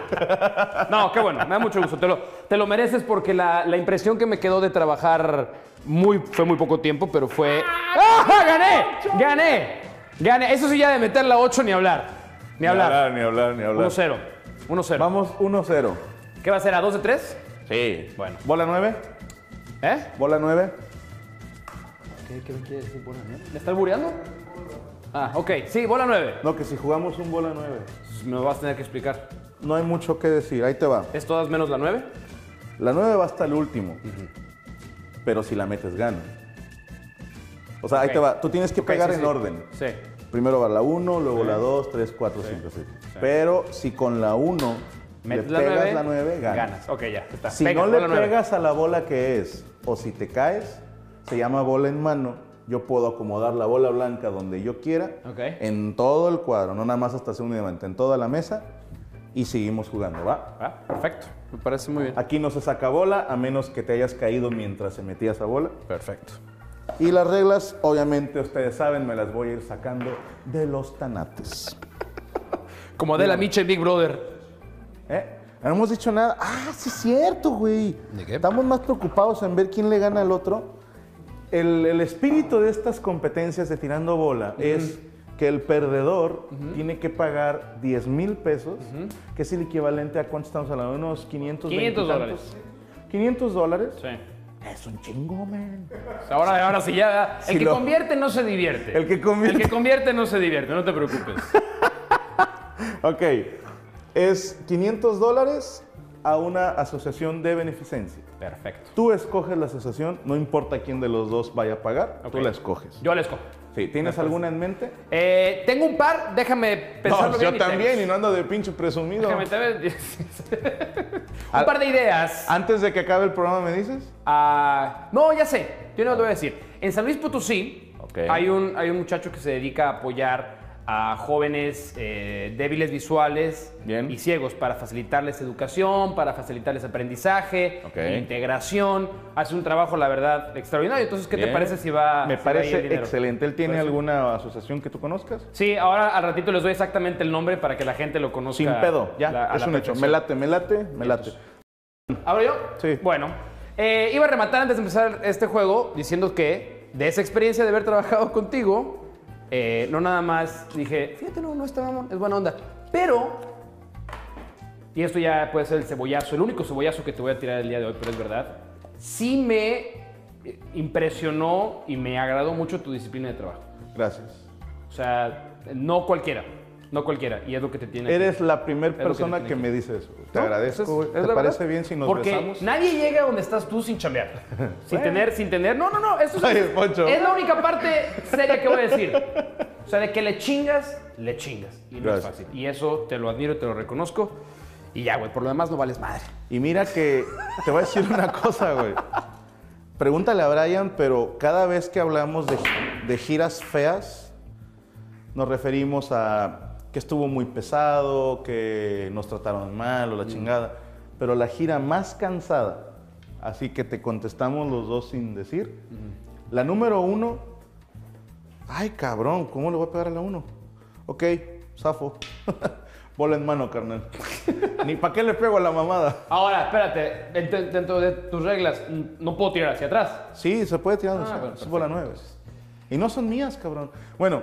No, qué bueno, me da mucho gusto. Te lo, te lo mereces porque la, la impresión que me quedó de trabajar muy, fue muy poco tiempo, pero fue. ¡Ah! ¡Gané! ¡Gané! ¡Gané! Eso sí, ya de meter la 8 ni hablar. <laughs> Ni hablar.
Ni hablar, ni hablar.
1-0. 1-0.
Vamos 1-0.
¿Qué va a ser? ¿A 2 de 3?
Sí.
Bueno.
Bola 9.
¿Eh?
Bola 9.
¿Qué, qué me quieres decir? ¿Bola 9? ¿Le estás bureando? Ah, ok. Sí, bola 9.
No, que si jugamos un bola 9.
Me vas a tener que explicar.
No hay mucho que decir. Ahí te va.
¿Es todas menos la 9?
La 9 va hasta el último. Pero si la metes, gana. O sea, ahí
Ok.
te va. Tú tienes que
Ok,
pegar
sí,
en
sí.
orden.
Sí.
Primero va la 1, luego la 2, 3, 4, 5, 6. Pero si con la 1 le
Metes
pegas
la 9.
la 9, ganas.
Ok, ya. Está.
Si
Venga,
no le
bola nueve.
pegas a la bola que es, o si te caes, se llama bola en mano. Yo puedo acomodar la bola blanca donde yo quiera,
Ok.
en todo el cuadro, no nada más hasta hacer un diamante, en toda la mesa, y seguimos jugando, ¿va?
Ah, perfecto. Me parece muy bien.
Aquí no se saca bola, a menos que te hayas caído mientras se metía esa bola.
Perfecto.
Y las reglas, obviamente, ustedes saben, me las voy a ir sacando de los tanates.
Como Adela Micha en Big Brother.
¿Eh? No hemos dicho nada. Ah, sí es cierto, güey.
¿De qué?
Estamos más preocupados en ver quién le gana al otro. El, el espíritu de estas competencias de tirando bola es que el perdedor tiene que pagar 10 mil pesos, que es el equivalente a cuánto estamos hablando, unos 500
500 dólares.
500 dólares.
Sí.
Es un chingo, man.
Ahora, ahora sí ya. ¿verdad? El
Sí,
que
lo-
convierte no se divierte.
El que convierte-
El que convierte no se divierte, no te preocupes.
Ok, es 500 dólares a una asociación de beneficencia.
<laughs> Perfecto.
Tú escoges la asociación, no importa quién de los dos vaya a pagar,
Ok.
tú la escoges.
Yo le escojo.
Sí, ¿tienes alguna en mente?
Eh, tengo un par, déjame pensarlo
No,
bien.
yo
y
también,
te-
y no ando de pinche presumido.
Déjame <laughs> también- un par de ideas.
Antes de que acabe el programa, ¿me dices?
Ah, no, ya sé. Yo no lo voy a decir. En San Luis Potosí
Ok.
hay, un, hay un muchacho que se dedica a apoyar a jóvenes eh, débiles visuales
Bien.
y ciegos para facilitarles educación, para facilitarles aprendizaje,
Ok.
integración. Hace un trabajo, la verdad, extraordinario. Entonces, ¿qué te
Bien.
parece si va
Me
si va Ah, ahí el
parece
dinero?
excelente. ¿Él tiene
Parece-
alguna asociación que tú conozcas?
Sí, ahora al ratito les doy exactamente el nombre para que la gente lo conozca.
Sin pedo, ya,
la- a
es
la
un hecho.
perfección.
Me late, me late, me late.
¿Abro yo?
Sí.
Bueno, eh, iba a rematar antes de empezar este juego diciendo que de esa experiencia de haber trabajado contigo, eh, no nada más dije, fíjate, no, no está mamón, es buena onda. Pero, y esto ya puede ser el cebollazo, el único cebollazo que te voy a tirar el día de hoy, pero es verdad, sí me eh, impresionó y me agradó mucho tu disciplina de trabajo.
Gracias.
O sea, no cualquiera, no cualquiera, y es lo que te tiene. aquí.
Eres la primera
lo que
persona
te
que,
tiene
me dice eso. Te
No,
agradezco.
pues es-
güey.
es
¿Te
la
parece
verdad.
bien si nos
Porque
besamos?
nadie llega donde estás tú
<laughs>
sin chambear. sin tener, sin tener. No, no, no. Eso es,
Ay, Poncho.
es la única parte seria que voy a decir. O sea, de que le chingas, le chingas. Y no
Gracias.
es fácil. Y eso te lo admiro y te lo reconozco. Y ya, güey, por lo demás no vales madre.
Y mira que te voy a decir una cosa, güey. Pregúntale a Brian, pero cada vez que hablamos de, de giras feas, nos referimos a que estuvo muy pesado, que nos trataron mal o la chingada. Pero la gira más cansada, así que te contestamos los dos sin decir. La número uno, ay cabrón, ¿cómo le voy a pegar a la uno? Ok, zafo. <laughs> Bola en mano, carnal. <laughs> Ni para qué le pego a la mamada.
Ahora, espérate. ent- Dentro de tus reglas, n- no puedo tirar hacia atrás.
Sí, se puede tirar.
Ah,
o sea,
bueno,
es bola
perfecto,
nueve. Y no son mías, cabrón. Bueno,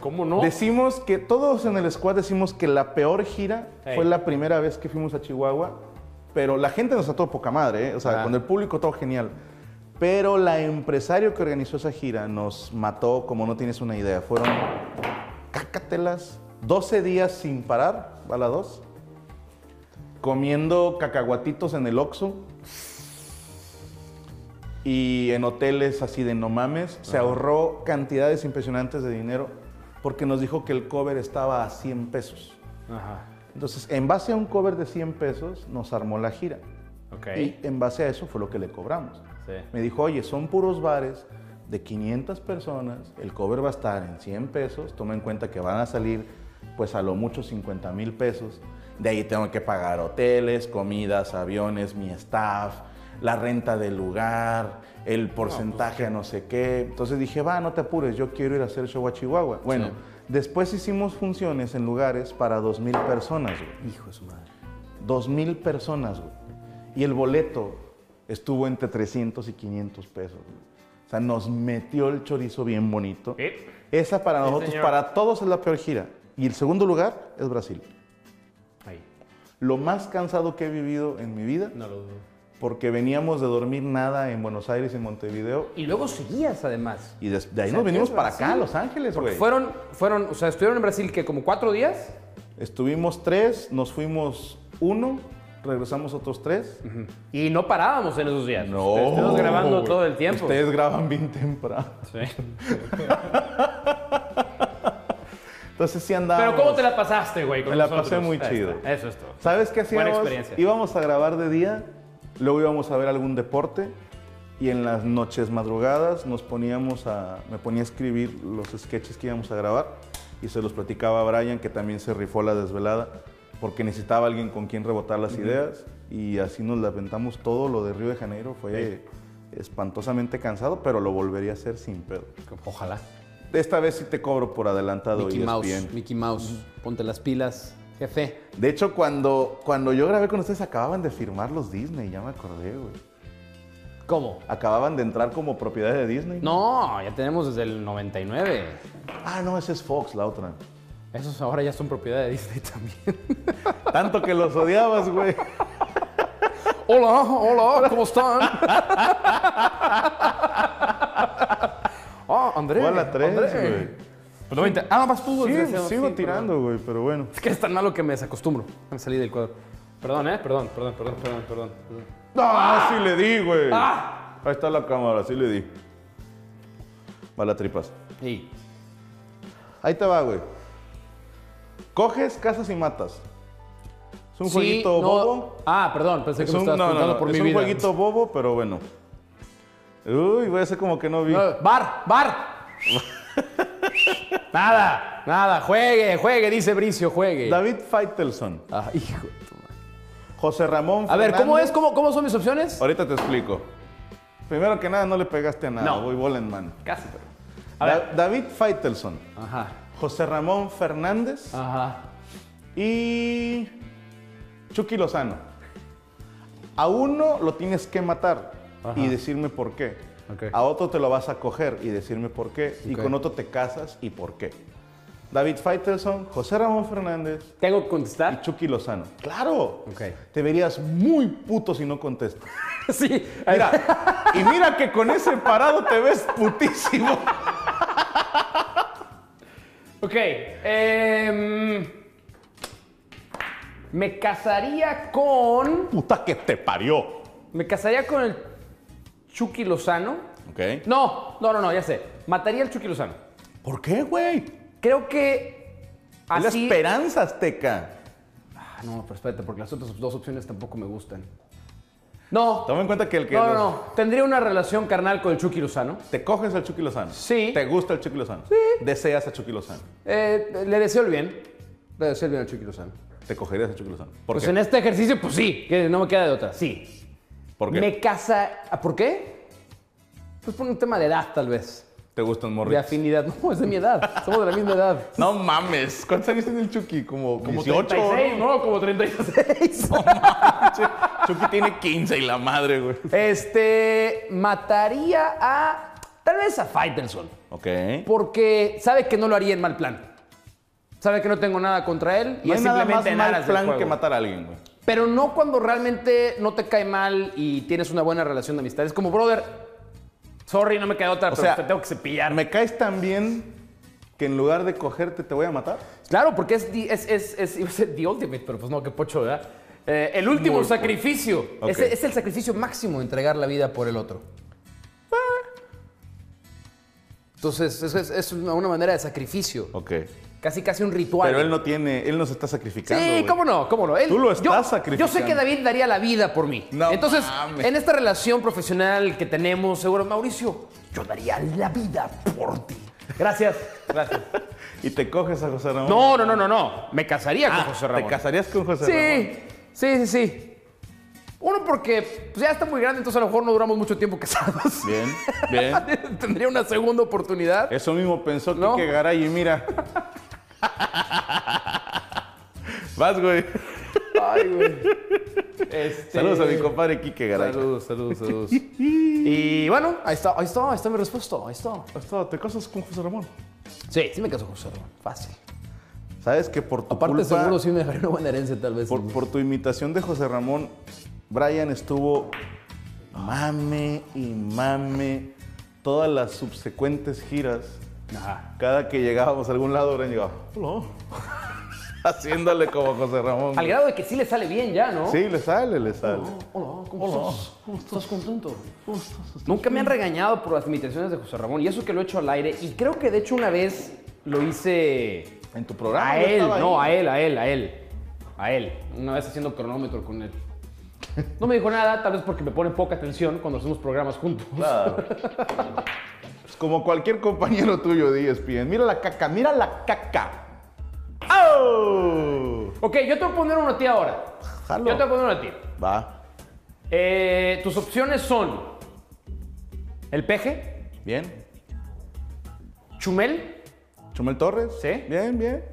¿Cómo no?
decimos que todos en el squad decimos que la peor gira
Hey.
fue la primera vez que fuimos a Chihuahua, pero la gente nos trató poca madre, ¿eh? o sea,
Ah.
con el público todo genial. Pero la empresario que organizó esa gira nos mató como no tienes una idea. Fueron cácatelas, 12 días sin parar, a las 2, comiendo cacahuatitos en el Oxxo y en hoteles así de no mames. Se ahorró cantidades impresionantes de dinero porque nos dijo que el cover estaba a 100 pesos.
Ajá.
Entonces, en base a un cover de 100 pesos, nos armó la gira.
Ok.
Y en base a eso fue lo que le cobramos.
Sí.
Me dijo, oye, son puros bares de 500 personas, el cover va a estar en 100 pesos, toma en cuenta que van a salir pues a lo mucho 50 mil pesos, de ahí tengo que pagar hoteles, comidas, aviones, mi staff, la renta del lugar, el porcentaje a
pues,
no sé qué. Entonces dije, va, no te apures, yo quiero ir a hacer show a Chihuahua. Bueno,
Sí.
después hicimos funciones en lugares para 2 mil personas, güey.
Hijo de su madre.
Dos mil personas, güey. Y el boleto estuvo entre 300 y 500 pesos. güey. O sea, nos metió el chorizo bien bonito.
Sí.
Esa para
Sí,
nosotros,
señor.
para todos es la peor gira. Y el segundo lugar es Brasil.
Ahí.
Lo más cansado que he vivido en mi vida,
No lo dudo.
porque veníamos de dormir nada en Buenos Aires y en Montevideo.
Y luego seguías, además.
Y des- de ahí
O sea,
nos venimos
es
para
Brasil.
acá, a Los Ángeles, güey.
Fueron, fueron, o sea, estuvieron en Brasil que como cuatro días.
Estuvimos tres, nos fuimos uno, regresamos otros tres.
Y no parábamos en esos días.
No.
Estuvimos grabando
güey.
todo el tiempo.
Ustedes graban bien temprano.
Sí.
Entonces sí andábamos.
Pero ¿cómo te la pasaste, güey? con
Me la
nosotros?
pasé muy
Ahí
chido.
está, Eso es todo.
¿Sabes qué
Buena
hacíamos?
experiencia.
Íbamos a grabar de día, luego íbamos a ver algún deporte y en las noches madrugadas nos poníamos a me ponía a escribir los sketches que íbamos a grabar y se los platicaba a Brian que también se rifó la desvelada porque necesitaba alguien con quien rebotar las ideas y así nos la aventamos todo lo de Río de Janeiro fue espantosamente cansado, pero lo volvería a hacer sin pedo.
Ojalá.
Esta vez sí te cobro por adelantado
Mickey
y
Mouse, Mickey Mouse, ponte las pilas, jefe.
De hecho, cuando, cuando yo grabé con ustedes, acababan de firmar los Disney, ya me acordé, güey.
¿Cómo?
Acababan de entrar como propiedad de Disney.
No, ya tenemos desde el 99.
Ah, no, ese es Fox, la otra.
Esos ahora ya son propiedad de
<laughs>
Disney también.
Tanto que los odiabas, güey.
Hola, hola, ¿cómo están? Ah, André.
Fue a la 3,
André.
güey.
<laughs> Pues no me inter- Ah, nada más pudo.
Sí,
desgraciado,
sigo
sí,
tirando, güey, pero bueno.
Es que es tan malo que me desacostumbro. Me salí del cuadro. Perdón, ¿eh? Perdón, perdón, perdón, perdón, perdón. perdón.
No, sí le di, güey.
Ah.
Ahí está la cámara, sí le di. Va la tripas.
Sí.
Ahí te va, güey. Coges, casas y matas. Es un
Sí,
jueguito
no-
bobo.
Ah, perdón, pensé
Es
que me
un,
estabas
no, no,
preguntando
no,
por
es
mi
un
vida.
jueguito bobo, pero bueno. Uy, voy a hacer como que no vi.
No, ¡Bar!
<laughs>
¡Bar! nada, nada, juegue, juegue, dice Bricio, juegue.
David Feitelson,
Ah, hijo de tu madre.
José Ramón.
A ver, ¿cómo
Fernández.
es? ¿Cómo, cómo son mis opciones?
Ahorita te explico. Primero que nada, no le pegaste a nada.
No.
Voy bola en mano.
Casi, pero. A
Da-
ver.
David Feitelson,
Ajá,
José Ramón
Ah.
Fernández
ajá.
y Chucky Lozano. A uno lo tienes que matar y decirme por qué.
Ok.
A otro te lo vas a coger y decirme por qué. Y
Ok.
con otro te casas y por qué. David Faitelson, José Ramón Fernández
¿Tengo que
y
contestar?
Chucky Lozano. ¡Claro!
Ok. <laughs>
Te verías muy puto si no contestas.
sí.
Mira, y mira que con ese parado te ves putísimo.
Ok. em, me casaría con.
Puta que te parió.
Me casaría con el Chucky Lozano.
¿Ok?
No, no, no, no, ya sé. Mataría al Chucky Lozano.
¿Por qué, güey?
Creo que.
Es la
Así.
esperanza azteca.
Ah, no, pero espérate, porque las otras dos opciones tampoco me gustan. No.
Toma en cuenta que el que
No, no,
los-
no. Tendría una relación carnal con el Chucky Lozano.
te coges al Chucky Lozano.
Sí.
¿Te gusta el Chucky Lozano? ¿Deseas a Chucky Lozano?
Eh, le deseo el bien. Le deseo el bien al Chucky Lozano.
¿Te cogerías a Chucky Lozano? ¿Por
Pues
qué?
en este ejercicio, pues sí, que no me queda de otra. Sí.
¿Por qué?
Me casa. ¿Ah, ¿Por qué? Pues por un tema de edad, tal vez.
¿Te gustan
De
morritos?
afinidad. <laughs> No, es de mi edad. Somos de la misma edad.
No mames. ¿Cuántos años tiene el Chucky? Como, como 18. ¿no?
¿no? Como 36.
Chucky tiene 15 y la madre, güey.
<laughs> Este. Mataría a. Tal vez a Faitelson.
Ok.
Porque sabe que no lo haría en mal plan. Sabe que no tengo nada contra él. Y
No
es
hay nada más
simplemente en
mal
aras del
plan
juego.
que matar a alguien, güey.
Pero no cuando realmente no te cae mal y tienes una buena relación de amistad. Es como, brother, sorry, no me queda otra,
O
pero
sea,
te tengo que cepillar.
Me caes tan bien que en lugar de cogerte te voy a matar.
Claro, porque es, the- es, es, es- <laughs> iba a ser the ultimate, pero pues no, qué pocho, ¿verdad? Eh, el último
Muy
sacrificio.
pocho.
Es,
Ok.
es el sacrificio máximo, entregar la vida por el otro. Ah. Entonces, es, es- es una una manera de sacrificio.
Ok.
Casi, casi un ritual.
Pero él no tiene, él no se está sacrificando.
Sí,
güey.
cómo no, cómo no. Él-
Tú lo
yo-
estás
Yo
sacrificando.
sé que David daría la vida por mí.
No
Entonces,
mames.
en esta relación profesional que tenemos, seguro, Mauricio, yo daría la vida por ti.
<laughs>
Gracias, gracias.
Y te coges a José Ramón.
No, no, no, no, no. Me casaría
Ah,
con José Ramón.
¿Te casarías con José Ramón?
Sí, sí, sí, sí. Uno porque pues, ya está muy grande, entonces a lo mejor no duramos mucho tiempo <laughs> casados.
Bien,
<laughs>
bien.
Tendría una segunda oportunidad.
Eso mismo pensó
No.
Kike Garay y mira. Vas, güey.
Ay, güey. Este-
Saludos a mi compadre Kike Garay.
Saludos, saludos, <laughs> saludos. y bueno, ahí está, ahí está, ahí está mi respuesta, ahí está.
Hasta ¿Te casas con José Ramón?
Sí, sí me caso con José Ramón, fácil.
¿Sabes que por tu
Aparte
culpa,
seguro sí me dejaría una buena herencia tal vez.
por, por tu imitación de José Ramón, Brian estuvo mame y mame todas las subsecuentes giras.
Ajá.
Cada que llegábamos a algún lado, Brian llegaba, <laughs> "Hola", haciéndole como José Ramón.
Al grado de que sí le sale bien ya, ¿no?
Sí, le sale, le sale.
Hola, ¿cómo estás? ¿Cómo estás contento? ¿Cómo estás? Nunca me han regañado por las imitaciones de José Ramón y eso que lo he hecho al aire y creo que de hecho una vez lo hice
En tu programa.
a
yo
él,
estaba
no,
ahí.
a él, a él, a él. A él. Una vez haciendo cronómetro con él. No me dijo nada, tal vez porque me pone poca atención cuando hacemos programas juntos.
Claro. Es como cualquier compañero tuyo de E ESPN. Mira la caca, mira la caca. ¡Au!
Ok, yo te voy a poner una a ti ahora.
Jalo.
Yo te voy a poner una a ti.
Va.
Eh, tus opciones son el peje,
Bien.
Chumel
Chumel Torres.
Sí.
Bien, bien.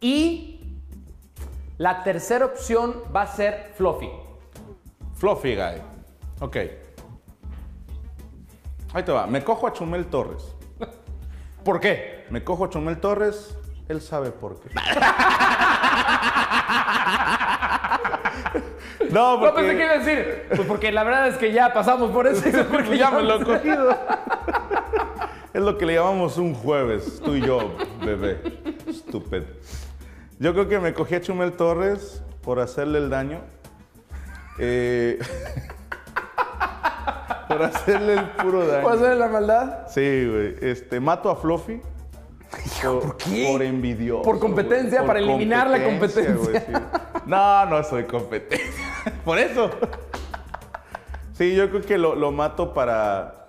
y la tercera opción va a ser Fluffy.
Fluffy guy. Ok. Ahí te va. Me cojo a Chumel Torres.
¿Por qué?
Me cojo a Chumel Torres. Él sabe por
<laughs>
qué. no,
No
porque
pensé que iba a decir, pues porque la verdad es que ya pasamos
<laughs>
por eso. porque
ya me
<laughs>
lo he cogido. <laughs> es lo que le llamamos un jueves, tú y yo, bebé. Estúpido. Yo creo que me cogí a Chumel Torres por hacerle el daño. Eh, <laughs> por hacerle el puro daño.
hacer la maldad?
Sí, güey. Este, mato a Fluffy. Por,
qué?
Por envidioso.
Por competencia,
güey.
para eliminar la
güey, sí. No, no soy competencia. <laughs> Por eso. Sí, yo creo que lo, lo mato para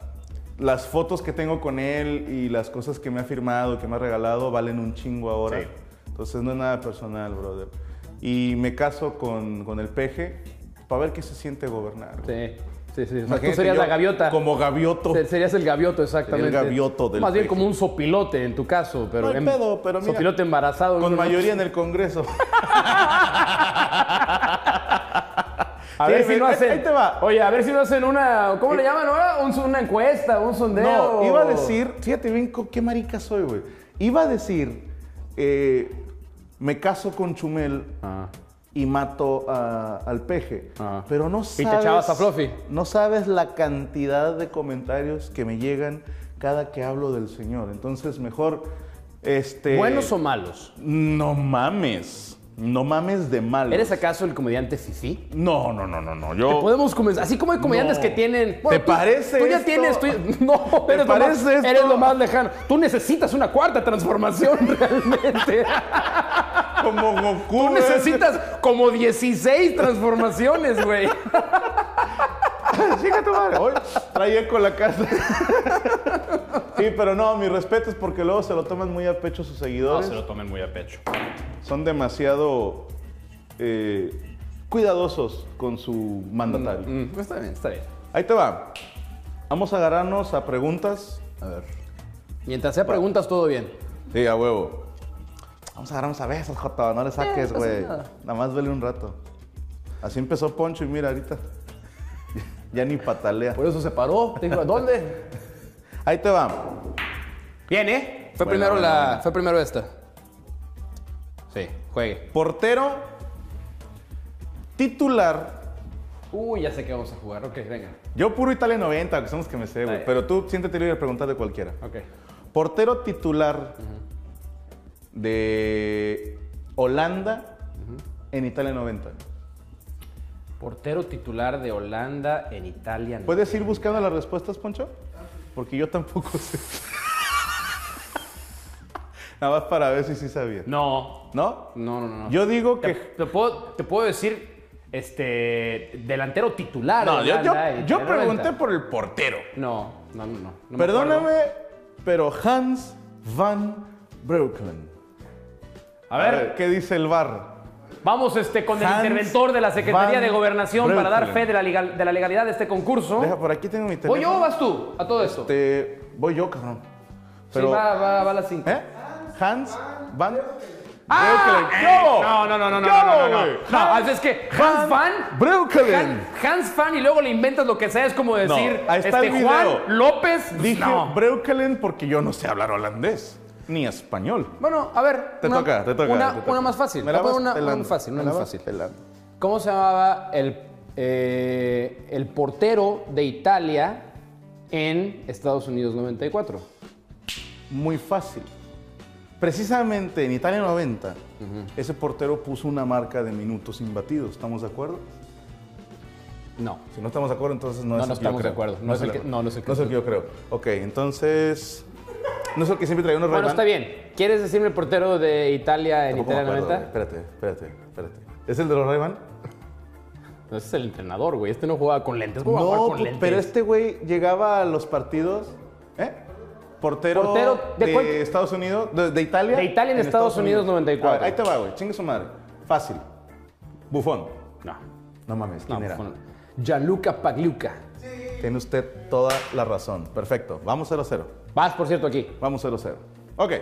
las fotos que tengo con él y las cosas que me ha firmado, que me ha regalado, valen un chingo ahora.
Sí.
Entonces no es nada personal, brother. Y me caso con, con el peje para ver qué se siente gobernar. güey.
Sí, sí, sí. O sea, tú
Imagínate
serías
yo
la gaviota.
Como gavioto.
Se- Serías el gavioto, exactamente.
Sería el gavioto del
Más bien
peje.
como un sopilote en tu caso, pero.
No hay
en-
pedo, pero mira,
Sopilote embarazado.
Con
¿no?
mayoría en el Congreso.
A
Sí,
ver si
mira,
no
ahí-
hacen.
ahí te va.
Oye, a ver si no hacen una. ¿Cómo le llaman ahora? Un- una encuesta, un sondeo.
No, iba a decir, fíjate bien co- qué marica soy, güey. Iba a decir, eh, me caso con Chumel
Ah.
y mato a- al peje.
Ah.
Pero no
te
sabes.
echabas a Fluffy.
No sabes la cantidad de comentarios que me llegan cada que hablo del señor. Entonces, mejor. Este,
¿Buenos o malos?
No mames. No mames de mal.
¿Eres acaso el comediante Fifi?
No, no, no, no, no. Yo.
Podemos comenzar. Así como hay comediantes
No.
que tienen.
¿Te parece
Tú ya
esto?
tienes. tú ya- <laughs> no,
¿Te
eres, lo más,
parece esto?
eres lo más lejano. Tú necesitas una cuarta transformación <laughs> realmente.
Como Goku.
Tú
güey.
necesitas como 16 transformaciones, güey.
Chica tu madre. Hoy traía con la casa. sí, pero no, mi respeto es porque luego se lo toman muy a pecho sus seguidores.
tomen muy a pecho.
Son demasiado eh, cuidadosos con su
Mm,
mandatario.
pues está bien, está bien.
Ahí te va. Vamos a agarrarnos a preguntas. A ver.
Mientras sea preguntas, todo bien.
Sí, a huevo. Vamos a agarrarnos a besos, Jota. No le saques,
no pasa
güey.
nada.
Nada más vele un rato. Así empezó Poncho y mira ahorita. <laughs> ya ni patalea.
Por eso se paró. Te dijo, ¿a dónde?
Ahí te va.
Bien, ¿eh? Fue
Bueno,
primero
bueno,
la.
bueno.
Fue primero esta. Sí, juegue.
Portero titular.
Uy, ya sé que vamos a jugar. Ok, venga.
Yo puro Italia 90, que son los que me sé, güey.
Está bien.
Pero tú siéntete libre de preguntar de cualquiera.
Ok.
Portero titular de Holanda en Italia 90.
Portero titular de Holanda en Italia. no.
¿Puedes ir buscando las respuestas, Poncho? Porque yo tampoco sé. <laughs> Nada más para ver si sí sabía.
No.
¿No?
No, no, no. no.
Yo digo
te,
que...
te puedo, te puedo decir. Este. Delantero titular.
No,
de
yo, yo-
Holanda en
yo
Italia
pregunté
90.
por el portero.
No, no, no. no. No me
Perdóname,
acuerdo.
pero Hans van Breukelen.
A ver.
¿qué dice el bar?
Vamos este, con el
Hans
interventor de la Secretaría
van
de Gobernación para dar
Breukelen.
fe de la, legal- de la legalidad de este concurso.
Deja, por aquí tengo mi teléfono.
¿Voy yo o vas tú a todo esto?
Este, voy yo, cabrón.
sí, va, va, va a las 5.
¿Eh? Hans van
¡Ah!
Breukelen.
Eh,
¿Qué hubo?
No, no, no, no, no,
¿Qué
no, no,
hubo,
no.
güey?
No,
Hans
es que Hans Van...
Breukelen.
Han- Hans Fan y luego le inventas lo que sea, es como decir
ahí está
este,
el video.
Juan López. pues,
Dije
no.
Breukelen porque yo no sé hablar holandés ni español.
Bueno, a ver.
Te
una-
toca, te toca.
Una,
te toca.
una más fácil.
Me
Voy
la
a poner
vas
una, una
pelando,
muy fácil, una
me la
muy
vas
fácil.
pelando.
¿Cómo se llamaba el, eh, el portero de Italia en Estados Unidos 94?
Muy fácil. Precisamente en Italia 90, ese portero puso una marca de minutos imbatidos. ¿Estamos de acuerdo?
No.
Si no estamos de acuerdo, entonces no,
No,
es
no
el que yo
estamos de
creo.
acuerdo. No es el que-
error.
no, no es el que-
yo creo. Ok, entonces. No es el que siempre traía unos
Bueno,
Ray-Ban.
está bien. ¿Quieres decirme el portero de Italia en
Tampoco me
Italia
acuerdo,
90?
güey. Espérate, espérate, espérate. ¿Es el de los Ray-Ban?
No, ese es el entrenador, güey. Este no jugaba con lentes. ¿Cómo va a jugar con
pu-
lentes?
pero este güey llegaba a los partidos. ¿Eh? Portero,
Portero, ¿de
de,
cuál-
Estados Unidos, de, de Italia.
De Italia en Estados Unidos, 94.
A ver, ahí te va, güey. Chingue su madre. Fácil. Bufón.
No.
No mames, ¿quién
No,
era?
con- Gianluca Pagliuca.
Tiene usted toda la razón. Perfecto. Vamos 0-0.
Vas, por cierto, aquí.
Vamos 0-0. Ok.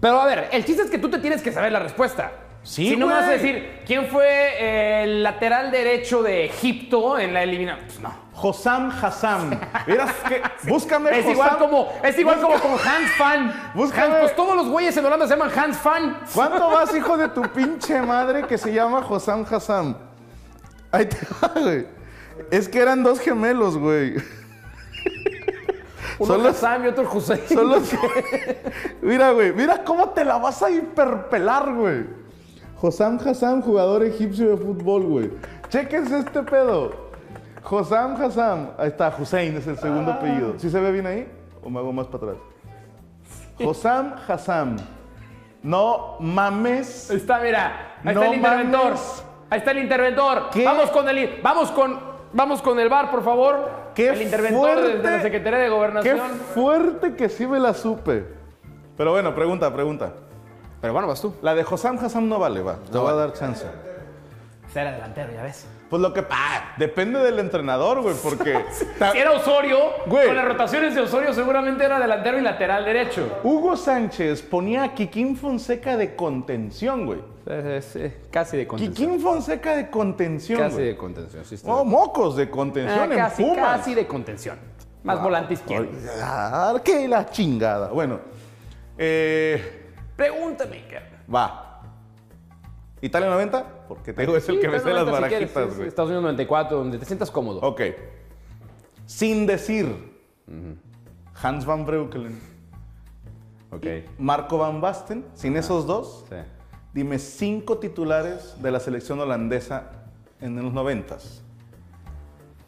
Pero a ver, el chiste es que tú te tienes que saber la respuesta.
Sí,
Si no me
güey.
vas a decir, ¿quién fue eh, el lateral derecho de Egipto en la eliminación? Pues no.
Josam Hassam. Miras
<laughs>
que. Búscame
Es
Hossam.
igual como, es igual como con Hans Fan.
Búscame.
Hans- pues todos los güeyes en Holanda se llaman Hans Fan.
¿Cuánto vas, hijo de tu pinche madre, que se llama Josam Hassam? Ahí te va, güey. Es que eran dos gemelos, güey. Son
Uno Solo
los-
Sam y otro José.
Son los Mira, güey, mira cómo te la vas a hiperpelar, güey. Josam Hassam, jugador egipcio de fútbol, güey. Chequense este pedo. Josam Hassam. Ahí está, Hussein es el segundo apellido. ¿Sí se ve bien ahí? ¿O me hago más para atrás? Josam Hassam. No mames.
Ahí está, mira. Ahí
No
está el interventor.
mames.
Ahí está el interventor.
¿Qué?
Vamos con el vamos con vamos con el bar, por favor.
Qué
el interventor de- de
fuerte.
la Secretaría de
Qué
Gobernación.
fuerte que sí me la supe. Pero bueno, pregunta, pregunta.
Pero bueno, vas tú.
La de Josam Hassam no vale, va. Te voy a dar chance.
Será delantero, ya ves.
Pues lo que pasa, depende del entrenador, güey,
<laughs>
porque... ta-
Si era Osorio,
Ah. Güey.
con las rotaciones de Osorio seguramente era delantero y lateral derecho.
Hugo Sánchez ponía a Kikín Fonseca de contención, güey.
casi de contención.
Kikín Fonseca de contención,
Casi
güey.
de contención, sí. estoy de
Oh, mocos de contención
Ah,
en
casi,
Pumas.
casi de contención. Más volante izquierdo.
Ah, ¡Qué la chingada! Bueno, eh,
Pregúntame, cabrón.
va. Italia 90, porque te digo, es el que me sé las
Si quieres,
barajitas,
es-
güey.
Estados Unidos 94, donde te sientas cómodo.
Ok. Sin decir, Hans van Breukelen,
Ok.
Marco van Basten, sin esos dos,
Sí.
dime cinco titulares de la selección holandesa en los 90.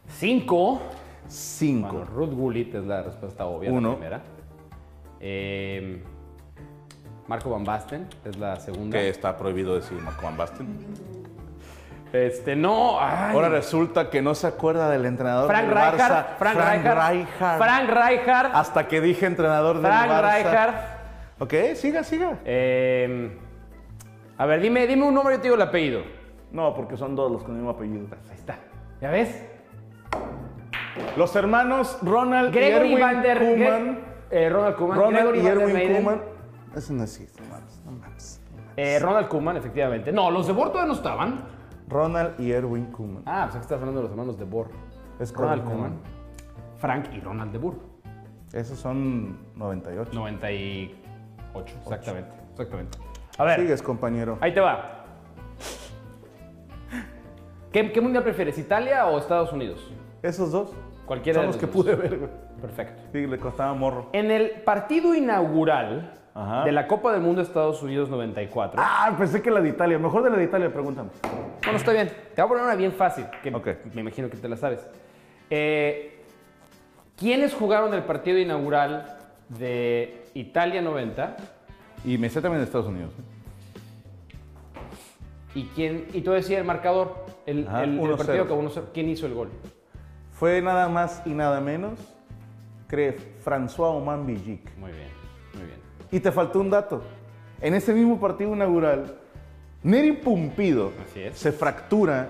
Cinco.
Cinco.
Bueno, Ruth Gullit es la respuesta obvia,
Uno.
la primera. Eh, Marco Van Basten es la segunda.
que está prohibido decir Marco van Basten.
Este, no. ay.
Ahora resulta que no se acuerda del entrenador
Frank
del Barça,
Rijkaard. Frank Rijkaard.
Rijkaard.
Frank Rijkaard.
Hasta que dije entrenador del
Frank
Barça.
Rijkaard.
Ok, siga, siga.
Eh, a ver, dime, dime un nombre y yo te digo el apellido. Pues
No, porque son dos los con el mismo apellido.
Ahí está. ¿Ya ves?
Los hermanos Ronald y
Gregory
Erwin
Van der
Koeman.
Gre- eh, Ronald Koeman.
Ronald
Gregory
y
Van der
Erwin
Meyden.
Koeman. Eso no existe, no mames, no mames.
Eh, Ronald Koeman, efectivamente. No, los de Bor todavía no estaban.
Ronald y Erwin Koeman.
Ah, pues aquí estás hablando de los hermanos de Bor.
Es
Ronald
correcto.
Koeman, Frank y Ronald de Bor.
Esos son 98.
98, exactamente. Exactamente. A ver,
Sigues, compañero.
ahí te va. ¿Qué, qué mundial prefieres, Italia o Estados Unidos?
Esos dos
Cualquiera
son
de
los que
dos.
pude ver, güey.
Perfecto.
Sí, le costaba morro.
En el partido inaugural
Ajá.
de la Copa del Mundo Estados Unidos 94.
Ah, pensé que la de Italia. Mejor de la de Italia, pregúntame.
Bueno, está bien. Te voy a poner una bien fácil, que
Ok.
me imagino que te la sabes. Eh, ¿Quiénes jugaron el partido inaugural de Italia 90?
Y me sé también de Estados Unidos. ¿eh?
¿Y quién? Y tú decías el marcador, el,
Ajá,
el- el
1-0.
partido que 1-0. ¿Quién hizo el gol?
Fue nada más y nada menos que François Oman Villic.
Muy bien, muy bien.
Y te faltó un dato. En ese mismo partido inaugural, Neri Pumpido
Así es.
se fractura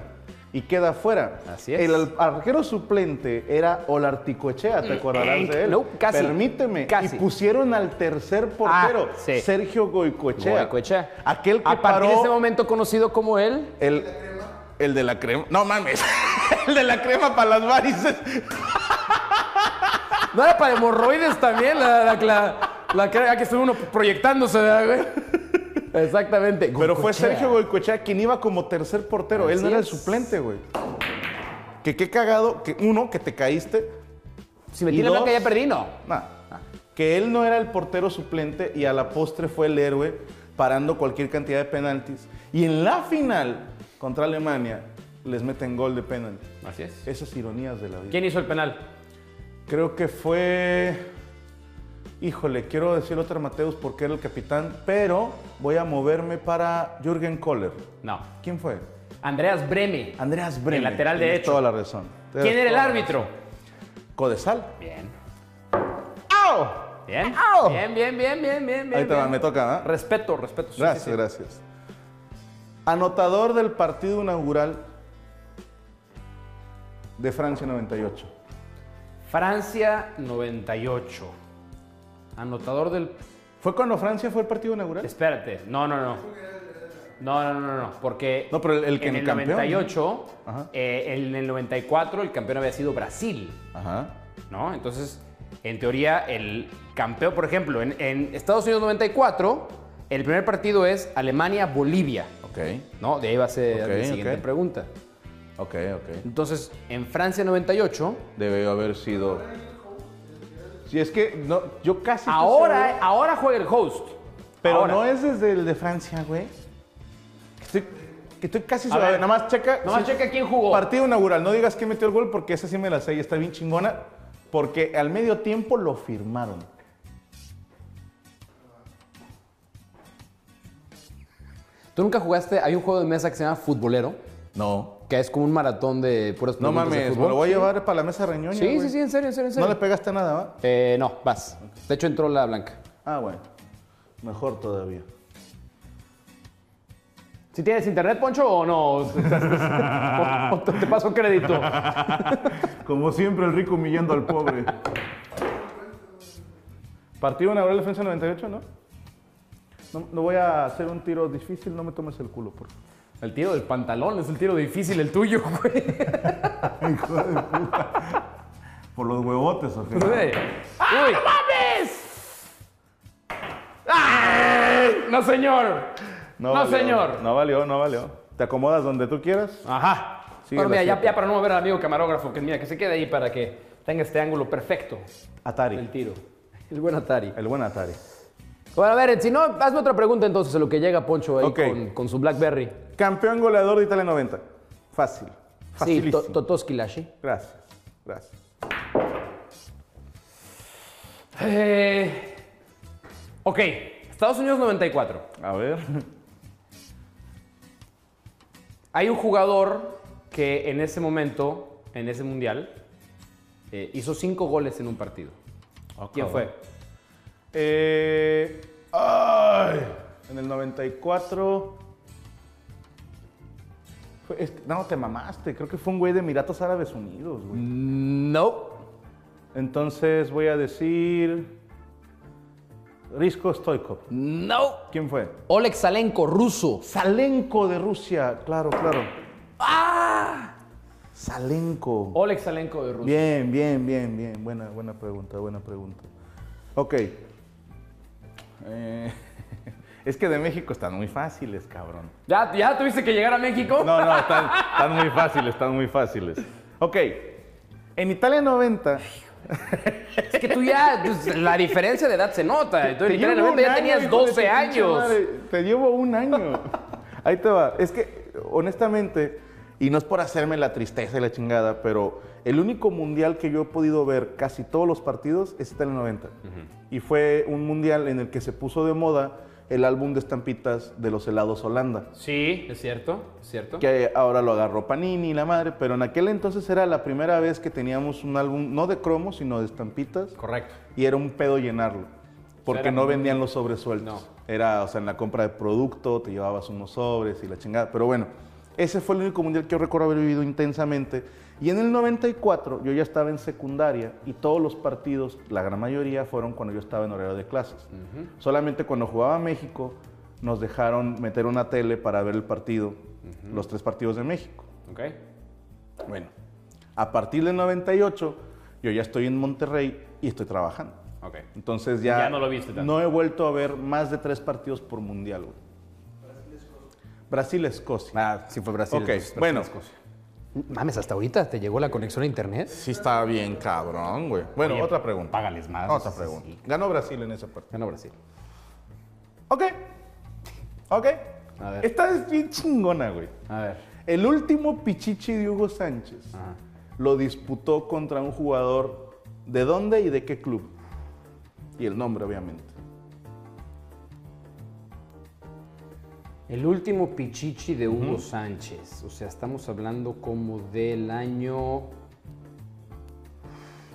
y queda fuera.
Así es.
El al- arquero suplente era Olarticoechea, ¿te acordarás
eh,
de él?
no, casi,
Permíteme.
casi.
Y pusieron al tercer portero,
Ah, sí.
Sergio Goicoechea.
Goicoechea.
Aquel que
A partir de
paró
ese momento conocido como él.
el, el de la crema. No mames. <laughs> el de la crema para las varices.
No era para hemorroides también, la, la, la- la que- ah, que estuvo uno proyectándose, ¿verdad, güey? Exactamente.
Pero fue
Goicoechea.
Sergio Goicoechea quien iba como tercer portero. Él no
Así
era el
es.
suplente, güey. Que qué cagado, que uno, que te caíste.
Si me
Y
tiene blanca
dos-
ya perdí, no.
Nah. Que él no era el portero suplente y a la postre fue el héroe parando cualquier cantidad de penaltis. Y en la final contra Alemania les meten gol de penalti.
Así es.
Esas ironías de la vida.
¿Quién hizo el penal?
Creo que fue. Híjole, quiero decir otra Mateus porque era el capitán, pero voy a moverme para Jürgen Kohler.
No.
¿Quién fue?
Andreas Breme.
Andreas Bremer.
lateral
Tienes
derecho.
Toda la razón. Tienes
¿Quién era el
toda la
árbitro?
razón. Codesal.
Bien.
¡Au!
Bien.
¡Au!
Bien, bien, bien, bien, bien.
Ahí
bien,
te va,
bien.
me toca, ¿ah?
Respeto, respeto. sí,
Gracias,
sí, sí.
gracias. Anotador del partido inaugural de Francia 98.
Francia 98. Anotador del.
¿Fue cuando Francia fue el partido inaugural?
Espérate. No, no, no. No, no, no, no. Porque.
No, pero el- el que
en
el
el
campeón.
98,
Ajá.
eh, en el 94, el campeón había sido Brasil.
Ajá.
¿no? Entonces, en teoría, el campeón, por ejemplo, en, en Estados Unidos 94, el primer partido es Alemania-Bolivia,
Ok,
¿no? De ahí va a ser
Ok,
mi siguiente
ok.
pregunta.
ok, ok.
Entonces, en Francia 98,
Debe haber sido. Si es que no, yo casi. estoy
ahora,
seguro-
ahora juega el host.
Pero
Ahora.
no es desde el de Francia, güey. Que estoy, que estoy casi
A
seguro. A ver,
ver,
Nada más checa.
Nomás
sí.
checa quién jugó.
Partido inaugural, no digas quién metió el gol porque esa sí me la sé y está bien chingona. Porque al medio tiempo lo firmaron.
Tú nunca jugaste, hay un juego de mesa que se llama Futbolero,
No.
que es como un maratón de puras
No
preguntas de
mames, me
fútbol.
lo voy a llevar para la mesa reñoña.
Sí, sí,
güey.
sí, en serio, en serio, en
No
serio.
le pegaste nada, ¿va?
Eh, no, vas. De hecho, entró la blanca.
Ah, bueno. Mejor todavía.
¿Si tienes internet, Poncho, o no? <laughs> O- o- o te paso crédito.
Como siempre, el rico humillando al pobre. <laughs> Partido en Aurel Defensa 98, ¿no? ¿no? No voy a hacer un tiro difícil, no me tomes el culo, por favor.
El tiro del pantalón es el tiro difícil, el tuyo, güey.
Por los huevotes, o qué? <laughs>
Güey. ¡Ah, no mames! ¡Ay! ¡No, señor! No,
valió,
señor.
No valió, no valió. Te acomodas donde tú quieras.
Ajá.
Sí,
Pero
lo
mira, ya,
siento.
ya para no mover al amigo camarógrafo, que mira, que se quede ahí para que tenga este ángulo perfecto del
Atari.
tiro. El buen Atari.
El buen Atari.
Bueno, a ver, si no, hazme otra pregunta entonces, en lo que llega Poncho ahí
Ok.
con, con su Blackberry.
Campeón goleador de Italia 90. Fácil.
Sí,
Facilísimo.
to- Totoski Lashi.
Gracias. Gracias.
Eh, ok, Estados Unidos 94.
A ver.
Hay un jugador que en ese momento, en ese mundial, eh, hizo cinco goles en un partido. ¿Quién fue?
Eh, ay, en el 94. Fue- es que- no, te mamaste. Creo que fue un güey de Emiratos Árabes Unidos, güey.
No.
Entonces voy a decir. Risco Stoikov.
No.
¿Quién fue?
Oleg Salenko, ruso.
Salenko de Rusia. Claro, claro. Salenko.
Oleg Salenko de Rusia.
Bien, bien, bien, bien. Buena, buena pregunta, buena pregunta. Ok. Eh, <laughs> es que de México están muy fáciles, cabrón.
¿Ya, ¿Ya tuviste que llegar a México?
No, no, están, están muy fáciles, están muy fáciles. Ok. En Italia 90.
Es que tú ya, pues, la diferencia de edad se nota. Entonces,
te llevo
literalmente
un
ya
año,
tenías
hijo de tu
12
pinche
años.
madre. Te llevo un
<laughs>
año. Ahí te va. Es que, honestamente, y no es por hacerme la tristeza y la chingada, pero el único mundial que yo he podido ver casi todos los partidos es Italia 90. Y fue un mundial en el que se puso de moda el álbum de estampitas de los helados Holanda.
Sí, es cierto, es cierto.
Que ahora lo agarró Panini, la madre, pero en aquel entonces era la primera vez que teníamos un álbum, no de cromos, sino de estampitas
Correcto.
y era un pedo llenarlo. Porque
Era
no
muy-
vendían los sobres sueltos. Era, o sea, en la compra de producto, te llevabas unos sobres y la chingada. Pero bueno, ese fue el único mundial que yo recuerdo haber vivido intensamente. Y en el 94, yo ya estaba en secundaria y todos los partidos, la gran mayoría, fueron cuando yo estaba en horario de clases. Solamente cuando jugaba México, nos dejaron meter una tele para ver el partido, los tres partidos de México.
Ok.
Bueno, a partir del 98, yo ya estoy en Monterrey y estoy trabajando.
Ok.
Entonces ya,
Ya no lo viste tanto.
no he vuelto a ver más de tres partidos por mundial. güey. Brasil, Escocia.
Ah, sí fue Brasil.
ok, bueno.
Mames, hasta ahorita te llegó la conexión a internet.
Sí está bien cabrón, güey. Bueno, otra pregunta.
Págales más.
Otra pregunta. Ganó Brasil en esa parte.
Ganó Brasil.
Ok. Ok.
A ver.
Esta es bien chingona, güey.
A ver.
El último pichichi de Hugo Sánchez lo disputó contra un jugador de dónde y de qué club. Y el nombre, obviamente.
El último pichichi de Hugo Sánchez. O sea, estamos hablando como del año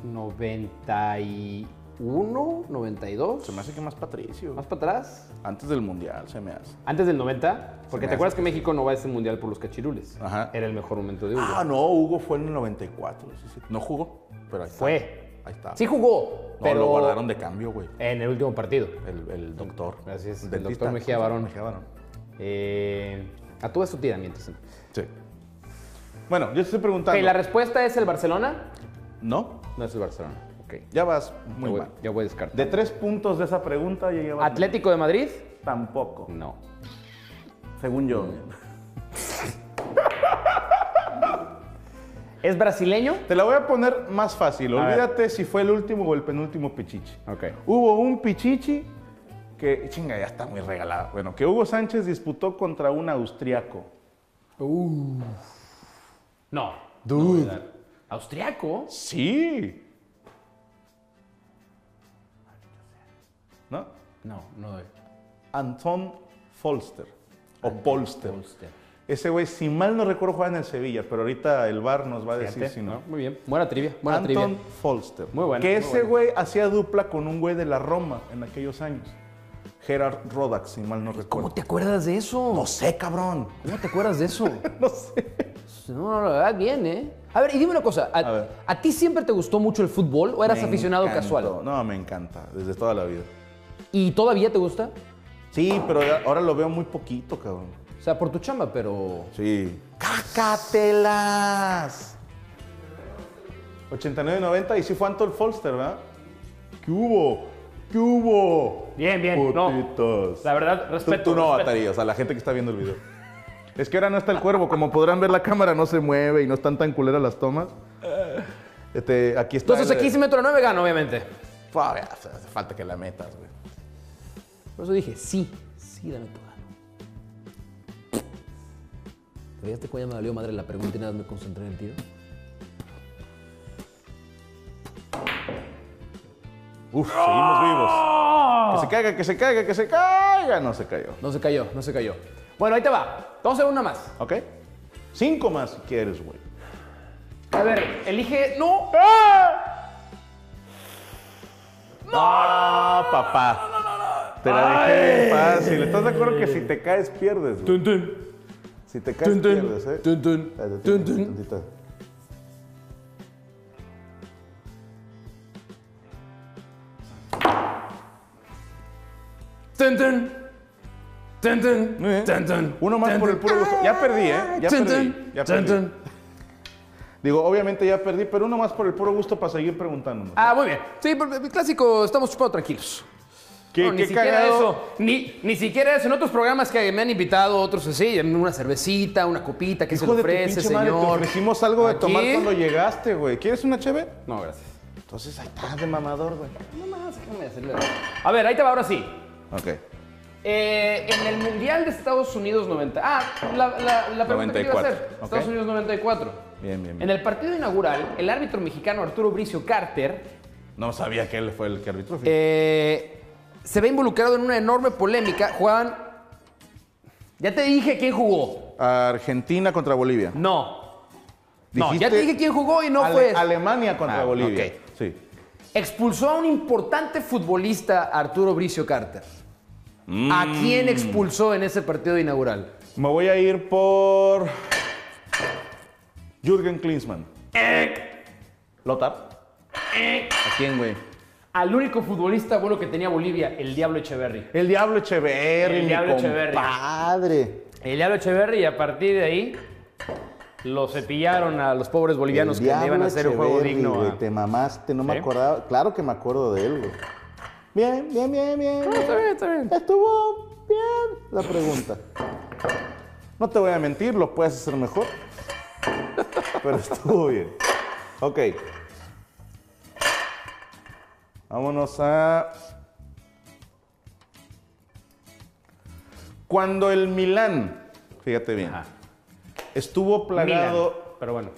91, 92.
Se me hace que más Patricio.
¿Más para atrás?
Antes del mundial, se me hace.
Antes del 90. Porque
me
te acuerdas
hace
que México no va a ese mundial por los cachirules.
Ajá.
Era el mejor momento de Hugo.
Ah, no, Hugo fue en el 94. sí, sí. No jugó, pero ahí está.
Fue.
Ahí está.
Sí jugó,
No,
pero
lo guardaron de cambio, güey.
en el último partido.
El, el doctor.
Así es, el
dentista.
doctor Mejía Barón.
Mejía Barón.
Eh, a tu estudia mientras.
Sí. Bueno, yo te estoy preguntando.
Ok, la respuesta es el Barcelona.
No,
No es el Barcelona. Ok.
ya vas
Ya
muy
voy,
mal.
ya voy a descartar.
De tres puntos de esa pregunta, ya llevas.
¿Atlético de Madrid?
Tampoco.
No. Mm.
Según yo.
¿Es brasileño?
Te la voy a poner más fácil.
A ver.
Olvídate si fue el último o el penúltimo pichichi.
Ok.
Hubo un pichichi que, chinga, ya está muy regalado. Bueno, que Hugo Sánchez disputó contra un austriaco.
No. Dude. ¿Austriaco?
Sí. ¿No?
No, no doy.
Anton Folster. O Polster. Ese güey, si mal no recuerdo, juega en el Sevilla, pero ahorita el bar nos va a decir si no.
Muy bien. Buena trivia. Buena
Anton
trivia.
Folster.
Muy bueno,
Que
muy
ese
bueno.
güey hacía dupla con un güey de la Roma en aquellos años. Gerard Rodak, si mal no recuerdo.
¿Cómo te acuerdas de eso?
No sé, cabrón.
¿Cómo te acuerdas de eso?
No sé.
No, no, la verdad, bien, ¿eh? A ver, y dime una cosa. ¿a,
A ver.
a ti siempre te gustó mucho el fútbol o eras
Me
aficionado
encantó.
casual?
No, me encanta, desde toda la vida.
¿Y todavía te gusta?
Sí, pero ya- ahora lo veo muy poquito, cabrón.
O sea, por tu chamba, pero...
Sí. ¡Cácatelas! 89-90 y sí fue Anton Folster, ¿verdad? ¿Qué hubo? ¿Qué hubo?
Bien, bien, no.
Putitos.
La verdad,
Tú-
respeto.
Tú, no,
respeto.
Atari, o sea, la gente que está viendo el video. Es que ahora no está el cuervo, como podrán ver la cámara no se mueve y no están tan culeras las tomas. Este, aquí está.
Entonces
el-
aquí si meto la 9 gano, obviamente.
Pa, ya, hace hace falta que la metas, güey.
Por eso dije, sí, sí la meto gano. ¿Te veías de cuándo me valió madre la pregunta y nada más me concentré en el tiro?
Uf,
¡Ah!
seguimos vivos. Que se caiga, que se caiga, que se caiga. No se cayó.
No se cayó, no se cayó. Bueno, ahí te va. Vamos a ver una más.
¿Ok? Cinco más si quieres, güey.
A ver, elige... ¡No!
¡No! papá. Te la dejé fácil. ¿Estás de acuerdo que si te caes, pierdes, güey? Si te caes,
Tun, tun.
pierdes, ¿eh?
Tun, tun.
Espérate,
Tun,
tantito,
tun.
tantito.
Tun, tun. Tun, tun.
Muy bien.
Tun, tun.
Uno más
Tun,
por el
tun.
puro gusto. Ya perdí, ¿eh? Ya
Tun,
perdí.
tun.
Ya
Tun,
perdí.
tun.
Digo, obviamente ya perdí, pero uno más por el puro gusto para seguir preguntándonos.
Ah, muy bien. Sí, por- por- clásico, estamos chupados tranquilos.
¿Qué,
No,
qué
ni siquiera
cagado.
eso. Ni, ni siquiera eso. En otros programas que me han invitado, otros así, una cervecita, una copita, ¿qué
Hijo
se
de
le
tu
ofrece,
pinche madre, te
señor?
ofrecimos algo de
Aquí.
tomar cuando llegaste, güey. ¿Quieres una cheve?
No, gracias.
Entonces ahí estás de mamador, güey.
No más, déjame hacerle. A ver, ahí te va ahora sí.
Ok.
Eh, en el Mundial de Estados Unidos 90. Ah, la, la, la pregunta que iba a
94,
hacer.
ok.
Estados Unidos 94.
Bien, bien, bien.
En el partido inaugural, el árbitro mexicano Arturo Bricio Carter
No sabía que él fue el que arbitró. fíjate.
Eh, se ve involucrado en una enorme polémica. Jugaban. Ya te dije quién jugó.
Argentina contra Bolivia.
No. No, ya
Dijiste
te dije quién jugó y no
Ale-
fue.
Alemania contra
Ah,
Bolivia.
ok.
Sí.
Expulsó a un importante futbolista, Arturo Bricio Carter. ¿A quién expulsó en ese partido inaugural?
Me voy a ir por. Jürgen Klinsmann. Lothar. ¿A quién, güey?
Al único futbolista bueno que tenía Bolivia, el Diablo Echeverry.
El Diablo Echeverri,
El
mi
Diablo Echeverri.
compadre.
El Diablo Echeverry y a partir de ahí lo cepillaron a los pobres bolivianos
El
que le iban
Diablo
a hacer un juego
Echeverri,
digno.
güey,
a-
Te mamaste, no me
¿Sí?
acordaba. Claro que me acuerdo de él, güey. Bien, bien, bien, bien.
está bien, está bien.
Estuvo bien la pregunta. No te voy a mentir, lo puedes hacer mejor. Pero estuvo bien. Ok. Vámonos a. Cuando el Milán, fíjate bien,
Ajá.
estuvo
Milan,
plagado
Pero bueno.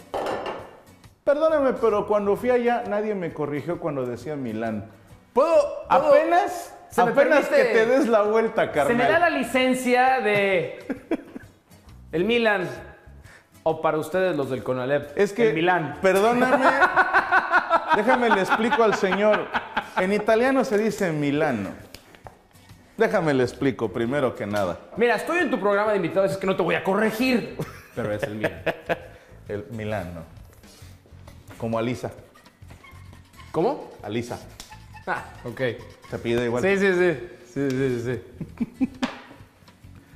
Perdóname, pero cuando fui allá nadie me corrigió cuando decía Milán.
¿Puedo?
Ah,
Apenas,
se me
apenas que
permite-
te des la vuelta,
Se
carnal.
me da la licencia de. El Milan. O para ustedes los del Conalep.
Es que,
El Milan.
perdóname, déjame le explico al señor. En italiano se dice Milano. Déjame le explico primero que nada.
Mira, estoy en tu programa de invitados, es que no te voy a corregir. Pero es el Milan.
El Milano. Como Alisa.
¿Cómo?
Alisa.
Ah, ok.
Se pide igual.
Sí, sí, sí. Sí, sí, sí, sí.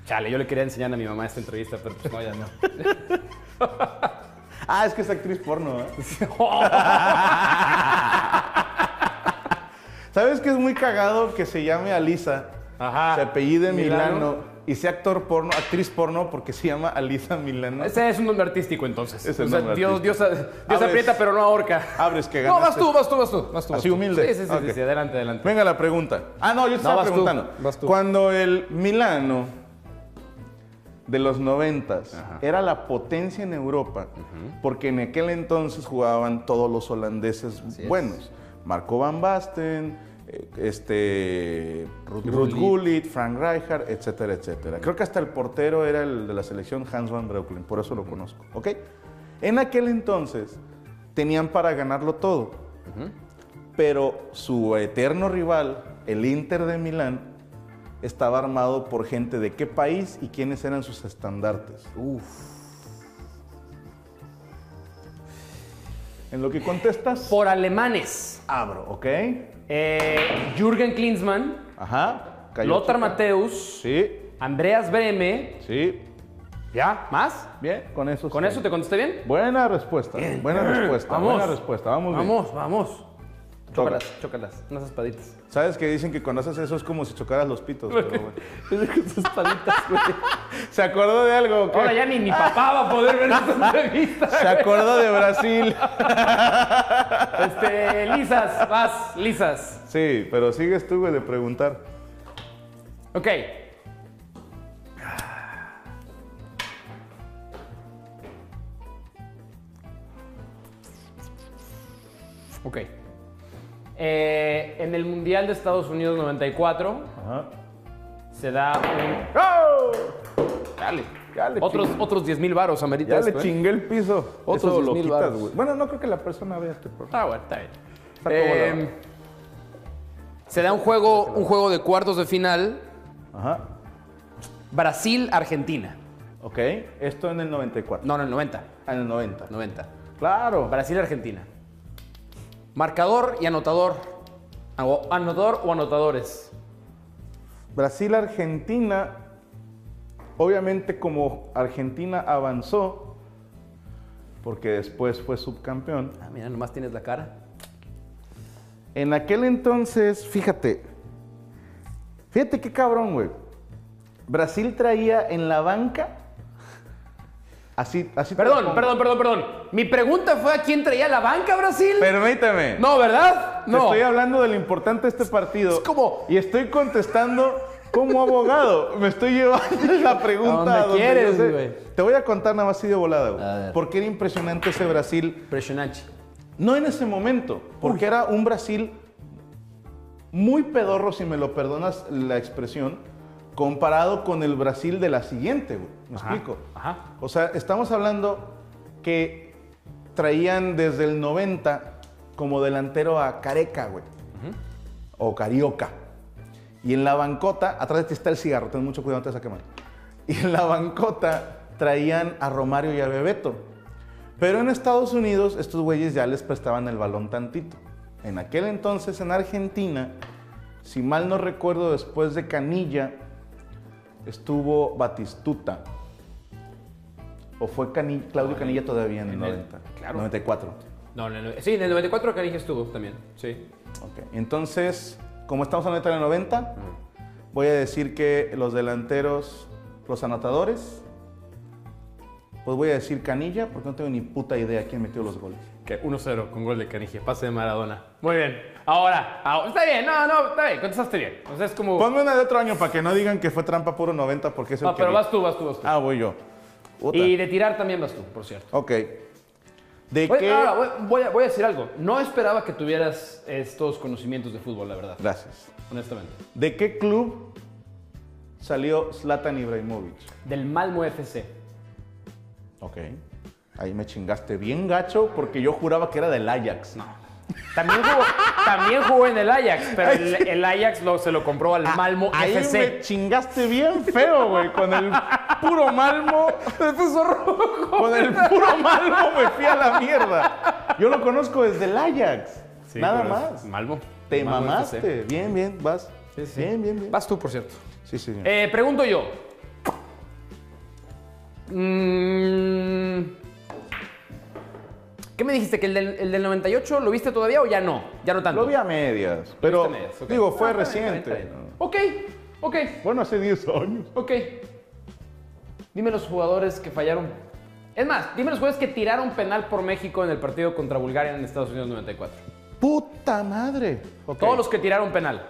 Chale, yo le quería enseñar a mi mamá esta entrevista, pero pues no, ya no.
Ah, es que es actriz porno, ¿eh? <laughs> ¿Sabes que es muy cagado que se llame Alisa?
Ajá.
Se apellide Milano.
Ah, Milano.
y sea actor porno, actriz porno porque se llama Alisa Milano.
Ese es un nombre artístico entonces.
Es el
O sea,
nombre
Dios, Dios, Dios
Abres-
aprieta, pero no ahorca.
Abres que
No,
ganas.
vas tú, vas tú, vas tú. Vas tú vas
Así
tú.
humilde.
Sí, sí, sí,
Ok.
sí, sí, adelante, adelante.
Venga la pregunta. Ah, no, yo te
No,
estaba
vas tú,
preguntando.
vas tú.
Cuando el Milano de los noventas era la potencia en Europa, porque en aquel entonces jugaban todos los holandeses buenos. Marco Van Basten, eh, este, Ruud Ruud Gullit, Frank Rijkaard, etcétera, etcétera. Creo que hasta el portero era el de la selección Hans van Breukelen, por eso lo conozco. ¿ok? En aquel entonces tenían para ganarlo todo pero su eterno rival, el Inter de Milán, estaba armado por gente de qué país y quiénes eran sus estandartes. En lo que contestas,
Por alemanes.
abro, ¿ok?
Eh, Jürgen Klinsmann,
Ajá. cayó
Lothar
chica.
Mateus,
Sí,
Andreas Breme.
sí.
¿Ya? ¿Más?
Bien, con eso.
¿Con
sí.
eso te contesté bien?
Buena respuesta, buena respuesta,
Vamos.
buena respuesta. Vamos, bien.
Vamos, vamos.
Toca.
Chócalas, chócalas. Unas espaditas.
<laughs> Sabes que dicen que cuando haces eso es como si chocaras los pitos. pero bueno.
Unas espaditas, güey.
Se acordó de algo. o qué?
Ahora ya ni mi papá va a poder
<laughs>
ver esta entrevista.
Se acordó de Brasil.
Este, lisas, vas, lisas.
Sí, pero sigues tú, güey, de preguntar.
Ok. Ok. Eh, en el Mundial de Estados Unidos 94
Ajá.
se da un...
¡Oh!
Dale.
Ya le
Otros,
chingué.
otros 10 mil varos amerita
Ya le
esto, ¿eh?
chingué el piso.
Otros
Eso lo
10,000
quitas,
varos.
güey. Bueno, no creo que la persona vea este programa.
Ah, bueno, está bien.
Saco
Eh,
volado.
se da un juego, un juego de cuartos de final
Ajá.
Brasil-Argentina.
Ok. Esto en el 94.
No, en el 90.
Ah, En el 90.
90.
Claro.
Brasil-Argentina. Marcador y anotador. O anotador o anotadores.
Brasil-Argentina. Obviamente, como Argentina avanzó, porque después fue subcampeón.
Ah, mira, nomás tienes la cara.
En aquel entonces, fíjate. Fíjate qué cabrón, güey. Brasil traía en la banca. Así, así. te lo
Perdón,
pongo.
perdón, perdón, perdón. Mi pregunta fue a quién traía la banca Brasil.
Permíteme.
No, ¿verdad?
Te
No.
Estoy hablando de lo importante de este partido.
Es como-
Y estoy contestando como abogado. Me estoy llevando la pregunta.
A donde
yo
quieres,
sé.
güey.
Te voy a contar nada más así de volada,
A ver.
güey. Porque era impresionante ese Brasil.
Impresionante.
No en ese momento, porque era un Brasil muy pedorro, si me lo perdonas la expresión, comparado con el Brasil de la siguiente, güey. ¿Me explico?
Ajá.
O sea, estamos hablando que traían desde el 90 como delantero a Careca, güey. O Carioca. Y en la bancota, atrás de ti está el cigarro, ten mucho cuidado, no te vas a quemar. Y en la bancota traían a Romario y a Bebeto. Pero en Estados Unidos estos güeyes ya les prestaban el balón tantito. En aquel entonces en Argentina, si mal no recuerdo, después de Canilla estuvo Batistuta. ¿O fue Cani- Claudio Canilla todavía en el
en el-
90?
claro.
94.
No, en el- sí, en el 94 que dije estuvo también. Sí.
Ok, Entonces, como estamos hablando de la 90, voy a decir que los delanteros, los anotadores, pues voy a decir Canilla, porque no tengo ni puta idea quién metió los goles.
Que 1-0 con gol de Canigia, pase de Maradona. Muy bien. Ahora, ahora- está bien, no, no, está bien, contestaste bien. O sea, es como.
Ponme una de otro año para que no digan que fue trampa puro 90 porque es el
Ah,
que
pero
vi.
vas tú, vas tú, vas tú.
Ah, voy yo. Puta.
y de tirar también vas tú, por cierto.
Ok. ¿De
Oye,
qué?
ahora, voy, voy a, voy a decir algo. No esperaba que tuvieras estos conocimientos de fútbol, la verdad,
Gracias.
honestamente.
¿De qué club salió Zlatan Ibrahimovic?
Del Malmo FC.
Ok. Ahí me chingaste bien gacho porque yo juraba que era del Ajax.
También jugó, <laughs> también jugó en el Ajax, pero el, <laughs> el Ajax lo- se lo compró al Malmo
Ahí
FC.
me chingaste bien feo, güey. Con el puro Malmo. Con el puro Malmo me fui a la mierda. Yo lo conozco desde el Ajax.
Sí,
Nada
pero es
más.
Malmo.
Te
Malmo
mamaste.
FC.
Bien, bien, vas.
Sí, sí.
Bien, bien, bien.
Vas tú, por cierto.
Sí, señor.
Eh, pregunto yo. Mm, ¿Qué me dijiste? ¿Que el del, el del 98 lo viste todavía o ya no? Ya no tanto.
Lo vi a medias, pero
Viste medias, ok.
digo, fue
Ah, está bien,
reciente.
está bien, está bien. Ok, ok,
Bueno, hace 10 años.
ok. Dime los jugadores que fallaron. Es más, dime los jugadores que tiraron penal por México en el partido contra Bulgaria en Estados Unidos 94.
Puta madre. Ok.
Todos los que tiraron penal.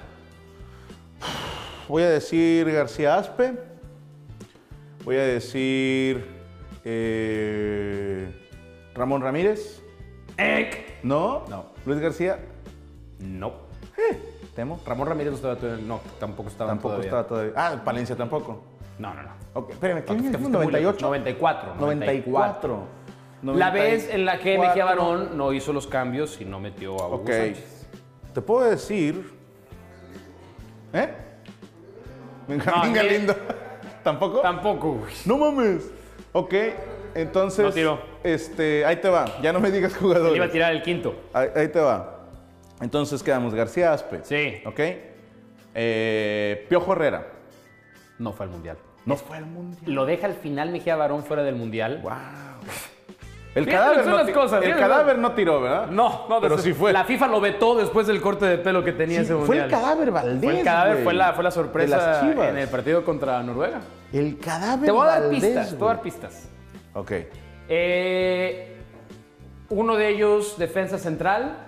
Voy a decir García Aspe. Voy a decir eh, Ramón Ramírez.
Ek.
No.
No.
Luis García.
No.
Temo.
Ramón Ramírez no estaba todavía. No, tampoco estaba
Tampoco
todavía.
estaba todavía. Ah, Palencia tampoco.
No, no, no.
Ok, espérame, ¿qué
No,
año
te
es?
fuiste muy lejos.
98.
94. 94.
94.
La vez en la que Mejía
94.
Barón no hizo los cambios y no metió a Hugo
Ok.
Sánchez.
Te puedo decir. ¿Eh? Benjamín
No, ni-
Galindo. ¿Tampoco?
<laughs> Tampoco, güey.
No mames. Ok, entonces.
No tiró.
Este, ahí te va. Ya no me digas
Él iba a
jugadores.
tirar el quinto.
Ahí, ahí te va. Entonces quedamos García Aspe.
Sí.
Ok. Eh, Piojo Herrera.
No fue al mundial.
No fue al mundial.
Lo deja al final Mejía Barón fuera del mundial.
Wow. El
Fíjate lo
cadáver,
que son
no,
las
ti-
cosas,
el
fíjate lo-
cadáver no tiró, ¿verdad?
No, no,
pero
des-
sí fue.
La FIFA lo vetó después del corte de pelo que tenía
Sí,
ese mundial.
fue el cadáver Valdés.
Fue el cadáver,
güey.
fue la, fue la
De
sorpresa
las Chivas.
en el partido contra Noruega.
El cadáver
Te voy a dar
Valdés,
pistas, te voy a dar
güey.
pistas.
Ok.
Eh, uno de ellos defensa central,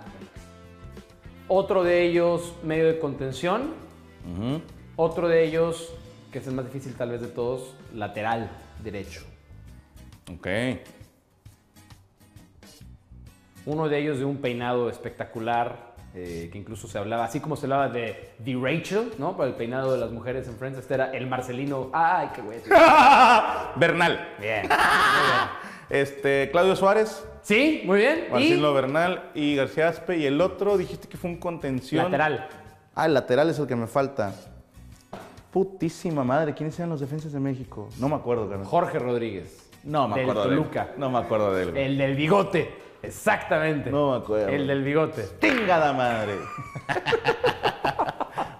otro de ellos medio de contención, otro de ellos, que es el más difícil tal vez de todos, lateral derecho.
Ok. <laughs>
Uno de ellos de un peinado espectacular, eh, que incluso se hablaba, así como se hablaba de The Rachel, ¿no? Para el peinado de las mujeres en Friends, este era el Marcelino. ¡Ay, qué güey!
Bernal.
Bien.
Este, Claudio Suárez,
Sí, muy bien. Y
Marcelo Bernal y García Aspe. Y el otro, dijiste que fue un contención.
lateral.
Ah, el lateral es el que me falta. Putísima madre, ¿quiénes eran los defensas de México? No me acuerdo, carnal.
Jorge Rodríguez.
No me
del
acuerdo
Toluca.
de él. No me acuerdo de él. güey.
El del bigote. Exactamente.
No me acuerdo.
El del bigote.
¡Téngada <laughs> madre!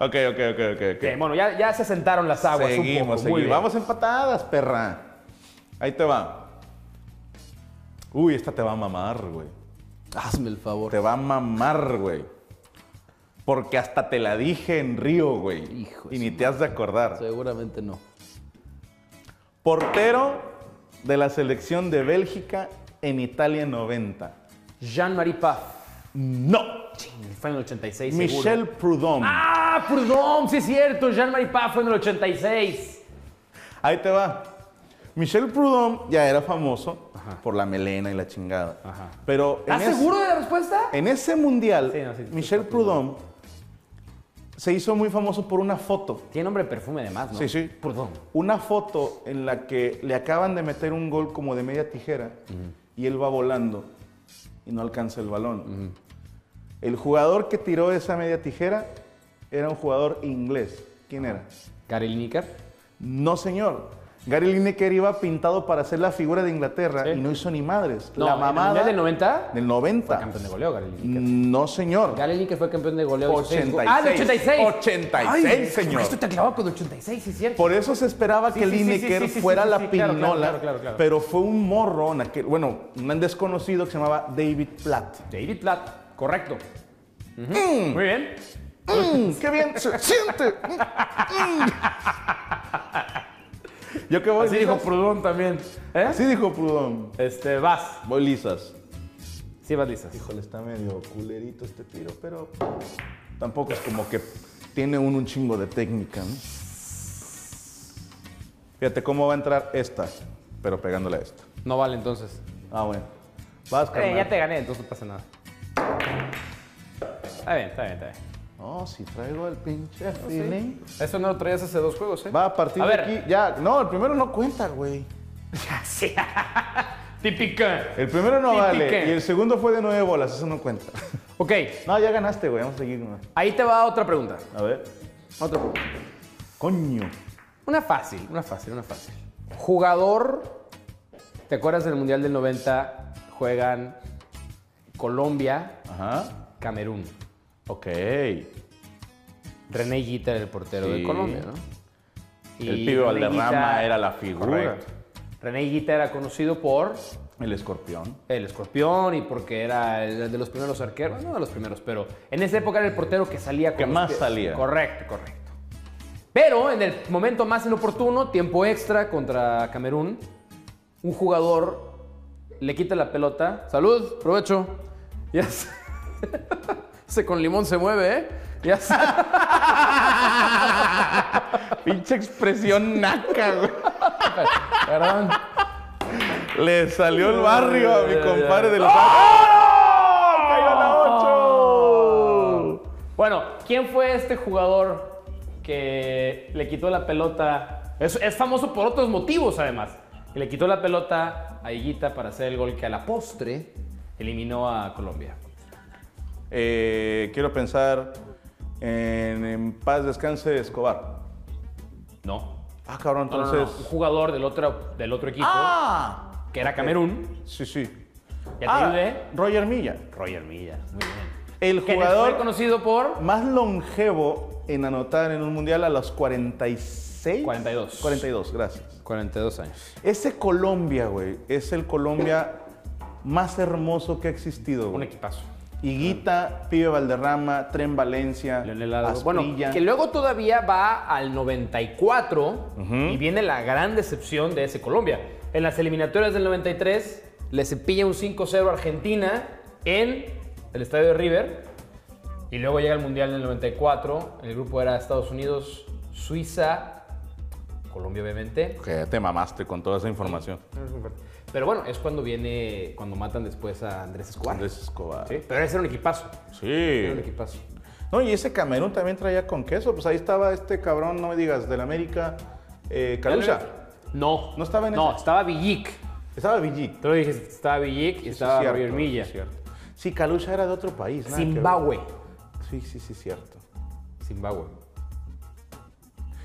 ok, ok, ok, ok. ok.
Bien, bueno, ya, ya se sentaron las aguas un poco.
seguimos,
Muy
seguimos.
bien.
Vamos empatadas, perra. Ahí te va. Uy, esta te va a mamar, güey.
Hazme el favor.
Te va a mamar, güey. Porque hasta te la dije en Río, güey.
Hijo de
Y
su
ni te has de acordar.
Seguramente no.
Portero de la selección de Bélgica en Italia 90.
Jean-Marie Paf.
No.
Fue en el 86. seguro.
Michel Prudhomme.
Ah, perdón, sí es cierto. Jean-Marie Paf fue en el 86.
Ahí te va. Michel Prudhomme ya era famoso por la melena y la chingada.
Ajá.
Pero en
¿Estás
ese-
seguro de la respuesta?
En ese mundial,
Sí, no, sí, sí,
Michel Prudhomme se hizo muy famoso por una foto.
Tiene nombre de perfume además, ¿no?
Sí, sí.
Perdón.
Una foto en la que le acaban de meter un gol como de media tijera y él va volando y no alcanza el balón. El jugador que tiró esa media tijera era un jugador inglés. ¿Quién era?
Karel Nicker.
No, señor. Gary Lineker iba pintado para hacer la figura de Inglaterra
Sí.
y no hizo ni madres.
No,
la
en el
mamada
Mundial del 90
del 90.
Fue campeón de goleo, Karel Nicker.
No, señor.
Karel Nicker fue campeón de goleo. de 86.
86.
Ah, de 86.
86,
Ay,
señor.
Esto te clavado con 86, sí es cierto.
Por eso se esperaba
Sí,
que
sí, sí,
Lineker
sí, sí, sí,
fuera
sí,
la
sí, claro,
pinola,
claro, claro, claro.
pero fue un morro, en aquel- bueno, un desconocido que se llamaba David Platt.
David Platt, correcto. Ujú. Muy bien.
Mm, ¡Qué bien se siente! Mm, mm. Yo qué voy,
Así dijo
lisas?
Prudón también. ¿Eh?
Así dijo Prudón.
Este, vas.
Voy lisas.
Sí, vas listas.
Híjole, está medio culerito este tiro, pero tampoco es como que tiene uno un chingo de técnica, ¿no? Fíjate cómo va a entrar esta, pero pegándole a esta.
No vale entonces.
Ah, bueno. Vas,
Eh,
carnal.
ya te gané, entonces no pasa nada. Está bien, está bien, está bien.
No, si traigo el pinche feeling.
Eso no lo traías hace dos juegos, ¿eh?
Va a partir
A
de
ver.
aquí. Ya, no, el primero no cuenta, güey.
Ah, Sí. <laughs> Típica.
El primero no
Sí,
vale.
piqué.
Y el segundo fue de nueve bolas, eso no cuenta.
<laughs> Ok,
No, ya ganaste, güey. Vamos a seguir. güey.
ahí te va otra pregunta.
A ver.
Otra pregunta.
Coño.
Una fácil, una fácil, una fácil. Jugador, ¿te acuerdas del Mundial del 90? Juegan Colombia,
Ajá.
Camerún.
Ok.
René Guita era el portero
Sí.
de Colombia, ¿no?
El pibe Valderrama
Guita-
era la figura.
Correcto. René Guita era conocido por
El escorpión.
el escorpión y porque era el de los primeros arqueros, bueno, no de los primeros, pero en esa época era el portero que salía con
Que
los
más
pies.
salía.
Correcto, correcto. Pero en el momento más inoportuno, tiempo extra contra Camerún, un jugador le quita la pelota. Salud, provecho. Ya <laughs> se, se con limón se mueve, ¿eh? Ya se-
<laughs> Pinche expresión naca, güey.
<laughs> Perdón.
Le salió el barrio a mi
Ya, ya, ya.
compadre de los. ¡Ah! ¡Cayó la
Ah.
8!
Oh. Bueno, ¿quién fue este jugador que le quitó la pelota? Es, es famoso por otros motivos, además. Que le quitó la pelota a Higuita para hacer el gol que a la postre eliminó a Colombia.
Eh, quiero pensar en, en paz descanse Escobar.
No.
Ah, cabrón,
No, no, no,
entonces.
Un jugador del otro, del otro equipo,
Ah,
que era Camerún,
sí, sí.
ya te
Ah,
ayudé.
Roger Milla.
Roger Milla. Muy bien.
El
Que fue
jugador
conocido por
más longevo en anotar en un mundial a los 46.
42.
42, gracias.
42 años.
Ese Colombia, güey, es el Colombia más hermoso que ha existido,
Un
güey.
equipazo.
Higuita, Pibe Valderrama, Tren Valencia,
Leonel Álvarez. Bueno,
Asprilla.
que luego todavía va al 94 y viene la gran decepción de ese Colombia. En las eliminatorias del 93 le cepilla un 5-0 a Argentina en el estadio de River. Y luego llega el Mundial del 94. El grupo era Estados Unidos, Suiza, Colombia obviamente.
Que ya te mamaste con toda esa información.
Pero bueno, es cuando viene, cuando matan después a Andrés Escobar.
Andrés Escobar. Eh,
Sí, Pero ese era un equipazo. Era un
Sí.
equipazo.
No, y ese Camerún también traía con queso. Pues ahí estaba este cabrón, no me digas, del América, eh, Calucha.
No.
¿No estaba en
No,
ese?
estaba Villic.
Estaba Villic.
Tú lo dijiste, estaba Villic y estaba
Sí, cierto,
Roger Milla.
sí, cierto. Sí, Calucha era de otro país. nada que ver.
Zimbabue.
Sí, sí, sí, cierto.
Zimbabue.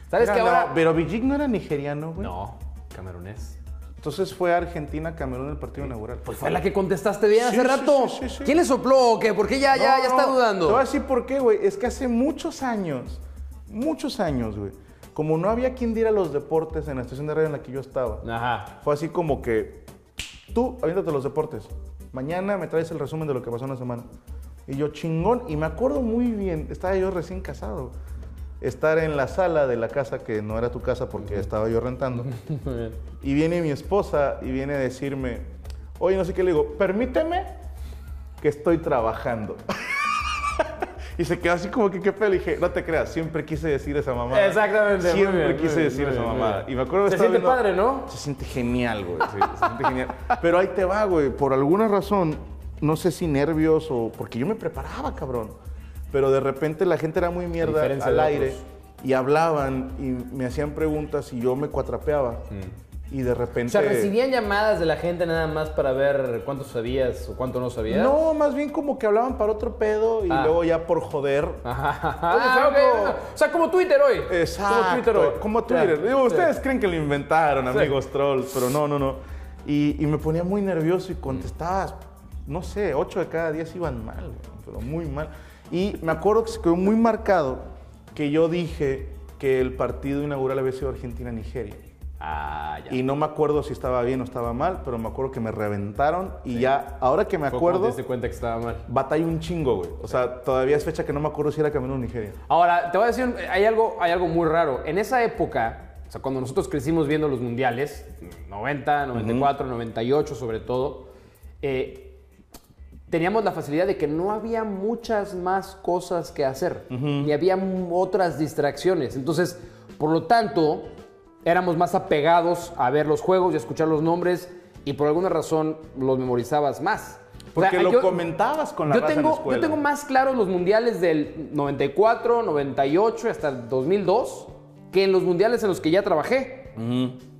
¿Sabes
Era
qué
la-
ahora?
Pero Villic no era nigeriano, güey.
No, camerunés.
Entonces fue Argentina-Camerún el partido inaugural.
Pues fue la que contestaste bien
Sí,
hace
sí,
rato.
sí, sí, sí.
¿Quién le sopló o qué? Porque ya, ya,
No,
ya está
no,
dudando.
Te voy a decir por qué, güey. Es que hace muchos años, muchos años, güey. Como no había quien diera los deportes en la estación de radio en la que yo estaba,
Ajá.
fue así como que tú, aviéntate los deportes. Mañana me traes el resumen de lo que pasó en la semana. Y yo, chingón. Y me acuerdo muy bien, estaba yo recién casado. Estar en la sala de la casa que no era tu casa porque estaba yo
<laughs>
rentando. Y viene mi esposa y viene a decirme, oye, no sé qué le digo, permíteme que estoy trabajando. <laughs> y se quedó así como que qué pedo. Le dije, no te creas, siempre quise decir esa mamada.
Exactamente, muy
Siempre
bien,
quise
muy bien,
decir
muy
esa
bien, muy
mamada.
bien.
Y me acuerdo que
Se
estaba
siente padre, ¿no?
Se siente genial, güey. sí, se siente genial. Pero ahí te va, güey. Por alguna razón, no sé si nervios o. Porque yo me preparaba, cabrón. Pero de repente la gente era muy mierda
diferencia
al
de
aire
otros.
y hablaban y me hacían preguntas y yo me cuatrapeaba.
Mm.
Y de repente.
O sea, recibían llamadas de la gente nada más para ver cuánto sabías o cuánto no sabías.
No, más bien como que hablaban para otro pedo y
Ah.
luego ya por joder.
Ajá.
Ah,
ok.
ok.
O sea, como Twitter hoy.
Exacto.
Como Twitter hoy.
Como Twitter.
Ya.
Digo, ustedes creen que lo inventaron,
Sí.
amigos trolls, pero no, no, no. Y, y me ponía muy nervioso y contestaba, no sé, 8 de cada 10 iban mal, güey, pero muy mal. Y me acuerdo que se quedó muy marcado que yo dije que el partido inaugural había sido Argentina-Nigeria.
Ah, ya.
Y no me acuerdo si estaba bien o estaba mal, pero me acuerdo que me reventaron y ya, ahora que me
Fue cuando
acuerdo,
te diste cuenta que estaba mal.
batalla un chingo, güey. O sea, todavía es fecha que no me acuerdo si era Camerún o Nigeria.
Ahora, te voy a decir, hay algo, hay algo muy raro. En esa época, o sea, cuando nosotros crecimos viendo los mundiales, 90, 94, 98 sobre todo, eh, teníamos la facilidad de que no había muchas más cosas que hacer, ni había m- otras distracciones. Entonces, por lo tanto, éramos más apegados a ver los juegos y a escuchar los nombres, y por alguna razón los memorizabas más. O sea, ah,
Porque lo
yo-
comentabas con la
yo
raza en
tengo,
la
yo
escuela.
tengo más claros los mundiales del 94, 98 hasta el 2002 que en los mundiales en los que ya trabajé.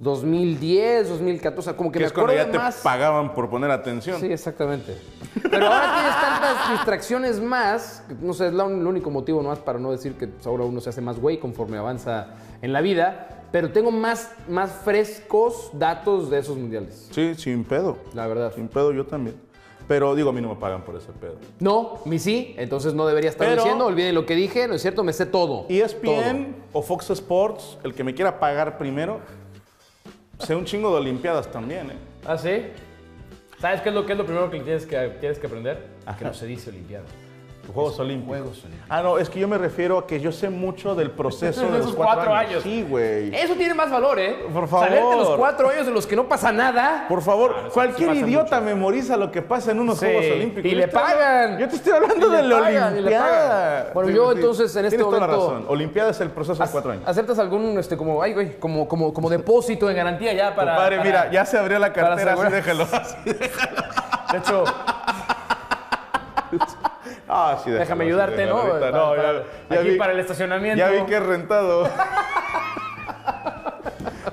2010, 2014, o sea, como que
Que
me
es cuando
acuerdo
ya
de
te
más.
pagaban por poner atención.
Sí, exactamente. Pero ahora tienes tantas distracciones más, que, no sé, es la un- el único motivo nomás para no decir que pues, ahora uno se hace más güey conforme avanza en la vida, pero tengo más, más frescos datos de esos mundiales,
Sí, sin pedo.
la verdad.
Sin pedo yo también. Pero digo, a mí no me pagan por ese pedo.
No, mi sí, entonces no debería estar
Pero- E
diciendo, olviden lo que dije, no es cierto, me sé todo. todo.
ESPN o Fox Sports, el que me quiera pagar primero, sé un chingo de Olimpiadas también, ¿eh?
¿Ah, sí? ¿Sabes qué es lo, qué es lo primero que tienes que, tienes que aprender?
Ajá.
Que no se dice Olimpiada.
Juegos Olímpicos.
Juegos Olímpicos.
Ah, no, es que yo me refiero a que yo sé mucho del proceso de,
<laughs> De
los
esos
cuatro,
cuatro
años.
años.
Sí, güey.
Eso tiene más valor, ¿eh?
Por favor.
Salirte los cuatro años de los que no pasa nada.
Por favor,
Ah, no, eso
cualquier
sí pasa
idiota memoriza lo que pasa en unos
Sí,
Juegos Olímpicos.
y
Yo
le
estoy-
pagan.
Yo te estoy hablando
Y le
de la
pagan, y le
Olimpiada.
pagan. Bueno,
Sí,
yo
sí.
entonces, en este
Tienes toda la
momento-
razón. Olimpiada es el proceso de cuatro años.
¿Aceptas algún, este, como, ay, güey, como, como, como depósito de garantía ya para...
Compadre,
para-
mira, ya se abrió la cartera, así
asegurar-
déjalo.
<laughs>
así.
De hecho,
<laughs> Ah, sí, déjalo,
déjame
sí,
ayudarte,
déjalo
¿no?
ahorita.
Para-
no,
para-
ya, ya
aquí
vi,
<laughs> para el estacionamiento.
ya vi que es rentado.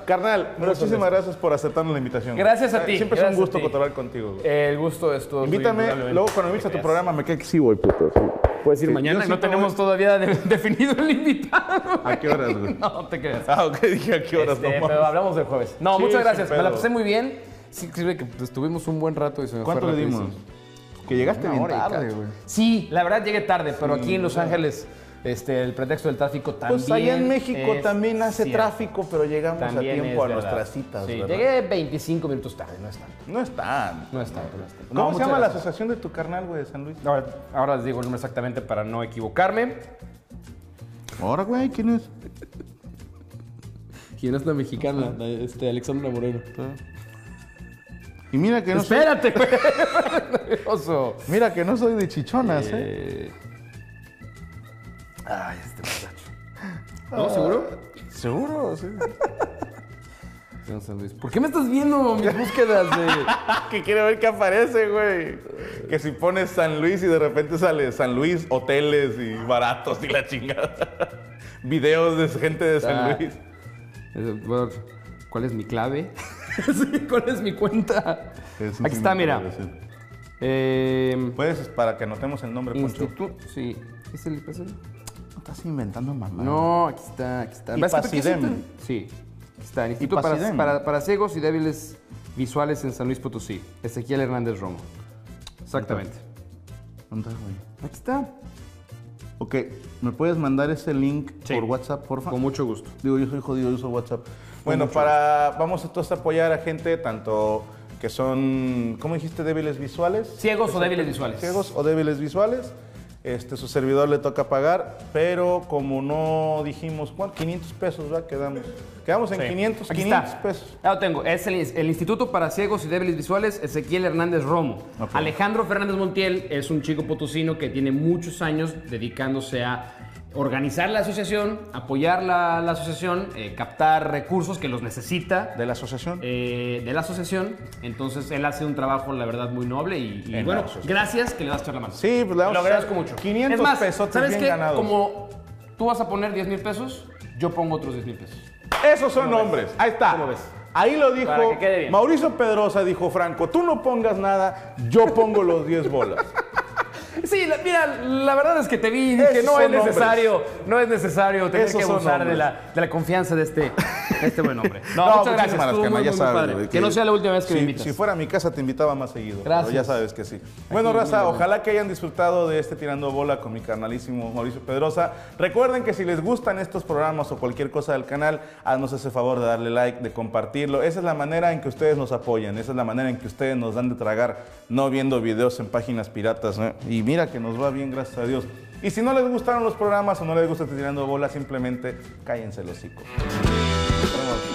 Carnal,
Pero eso
muchísimas
es.
gracias por aceptarnos la invitación.
Gracias a
Eh,
ti,
Siempre es un
gracias a
gusto
ti. Eh, pues,
cotorrear contigo. güey.
El gusto es todo.
Invítame, luego cuando me invites a tu programa, me cae que sí voy, puto. sí.
Puedes ir
Sí, yo
mañana, no
siempre
tenemos
voy-
todavía de- <laughs> definido el invitado.
¿A qué horas, güey?
<laughs> No, te creas.
Ah, ok, dije a qué horas,
Este,
no
pero
mames.
hablamos del jueves. No,
Sí,
muchas gracias.
sin
Me la
pedo.
pasé muy bien. Sí, creo que estuvimos un buen rato y se me
¿Cuánto
fue
le
rapidísimo.
dimos? Que llegaste
Una
bien
hora y
tarde,
cacho.
güey.
Sí, la verdad llegué tarde, pero aquí en Los Ángeles este, el pretexto del tráfico también.
Pues allá en México
es
también hace
cierto.
tráfico, pero llegamos
También
a tiempo a
es verdad.
nuestras citas,
Sí,
¿verdad?
llegué 25 minutos tarde, no es tanto.
No es tan.
No es tanto, no es tanto.
¿Cómo
No,
se
muchas
llama la
gracias.
asociación de tu carnal, güey, de San Luis?
Ahora, ahora les digo el número exactamente para no equivocarme.
Ahora, güey, ¿quién es?
¿Quién es la mexicana? Este, Alexandra Moreno.
Y mira que no soy,
Espérate, güey. <laughs> Nervioso.
mira que no soy de chichonas, ¿eh?
Eh, Ay, este muchacho. <laughs> ¿No? ¿Seguro?
Seguro,
<laughs>
sí.
Sean San Luis. ¿Por qué me estás viendo mis búsquedas de.?
Ah, que quiero ver qué aparece, güey. Que si pones San Luis y de repente sale San Luis, hoteles y baratos y la chingada. <laughs> Videos de gente de San
Ah.
Luis.
Eh, bueno, ¿Cuál es mi clave? <laughs> Sí, ¿Cuál es mi cuenta?
Es un
Aquí está,
signo
mira.
de decir.
Eh,
Puedes, para que anotemos el nombre, Poncho.
instituto. Sí. ¿Es el IPC?
Estás inventando mamá.
No, aquí está, aquí está. ¿Ves que tú quieres
Ipacidem.
inter- Sí. Aquí está. Instituto para,
Ipacidem.
para, para ciegos y débiles visuales en San Luis Potosí. Ezequiel Hernández Romo. Exactamente.
¿Dónde estás, güey?
Aquí está.
Ok, ¿me puedes mandar ese link
Sí.
por WhatsApp, por favor?
Con mucho gusto.
Digo, yo soy jodido, yo uso WhatsApp. Bueno, para vamos entonces a apoyar a gente tanto que son, ¿cómo dijiste? Débiles visuales.
Ciegos o débiles visuales.
Ciegos o débiles visuales. Este, su servidor le toca pagar, pero como no dijimos, ¿cuánto? 500 pesos, ¿verdad? Quedamos. Quedamos en
Sí.
500,
Aquí
500
está.
pesos.
Ya lo tengo. Es el, el Instituto para Ciegos y Débiles Visuales, Ezequiel Hernández Romo.
Ok.
Alejandro Fernández Montiel es un chico potosino que tiene muchos años dedicándose a organizar la asociación, apoyar la, la asociación, eh, captar recursos que los necesita.
De la asociación.
eh, de la asociación, entonces él hace un trabajo, la verdad, muy noble y, y
En la
bueno,
asociación.
gracias que le das a echar la mano.
sí, pues le vamos
Lo
a echar
agradezco mucho.
500
es más,
pesos
¿sabes
bien
qué?
ganados.
Como tú vas a poner 10 mil pesos, yo pongo otros 10 mil pesos.
Esos son hombres. Ahí está.
¿Cómo ves?
Ahí lo dijo
Para que quede bien.
Mauricio Pedrosa, dijo Franco, tú no pongas nada, yo pongo los 10 bolas.
Sí, la- mira, la verdad es que te vi y
Esos
dije, no es
son hombres.
necesario, no es necesario tener
Esos
que
son
abusar de
hombres.
la, de la confianza de este, de este
<laughs>
buen hombre.
No, muchísimas
No, muchas gracias.
gracias,
estuvo
carnal,
muy,
ya
muy
sabes,
padre.
güey,
Que, no sea la última vez que
si,
me invitas.
Si fuera a mi casa, te invitaba más seguido. pero
Gracias.
ya sabes que sí. Bueno,
Aquí,
raza,
mira.
ojalá que hayan disfrutado de este Tirando Bola con mi carnalísimo Mauricio Pedrosa. Recuerden que si les gustan estos programas o cualquier cosa del canal, haznos ese favor de darle like, de compartirlo. Esa es la manera en que ustedes nos apoyan. Esa es la manera en que ustedes nos dan de tragar, no viendo videos en páginas piratas. ¿no? Y mira que nos va bien, gracias a Dios. Y si no les gustaron los programas o no les gusta este Tirando Bola, simplemente cállense los hocico. Nos vemos.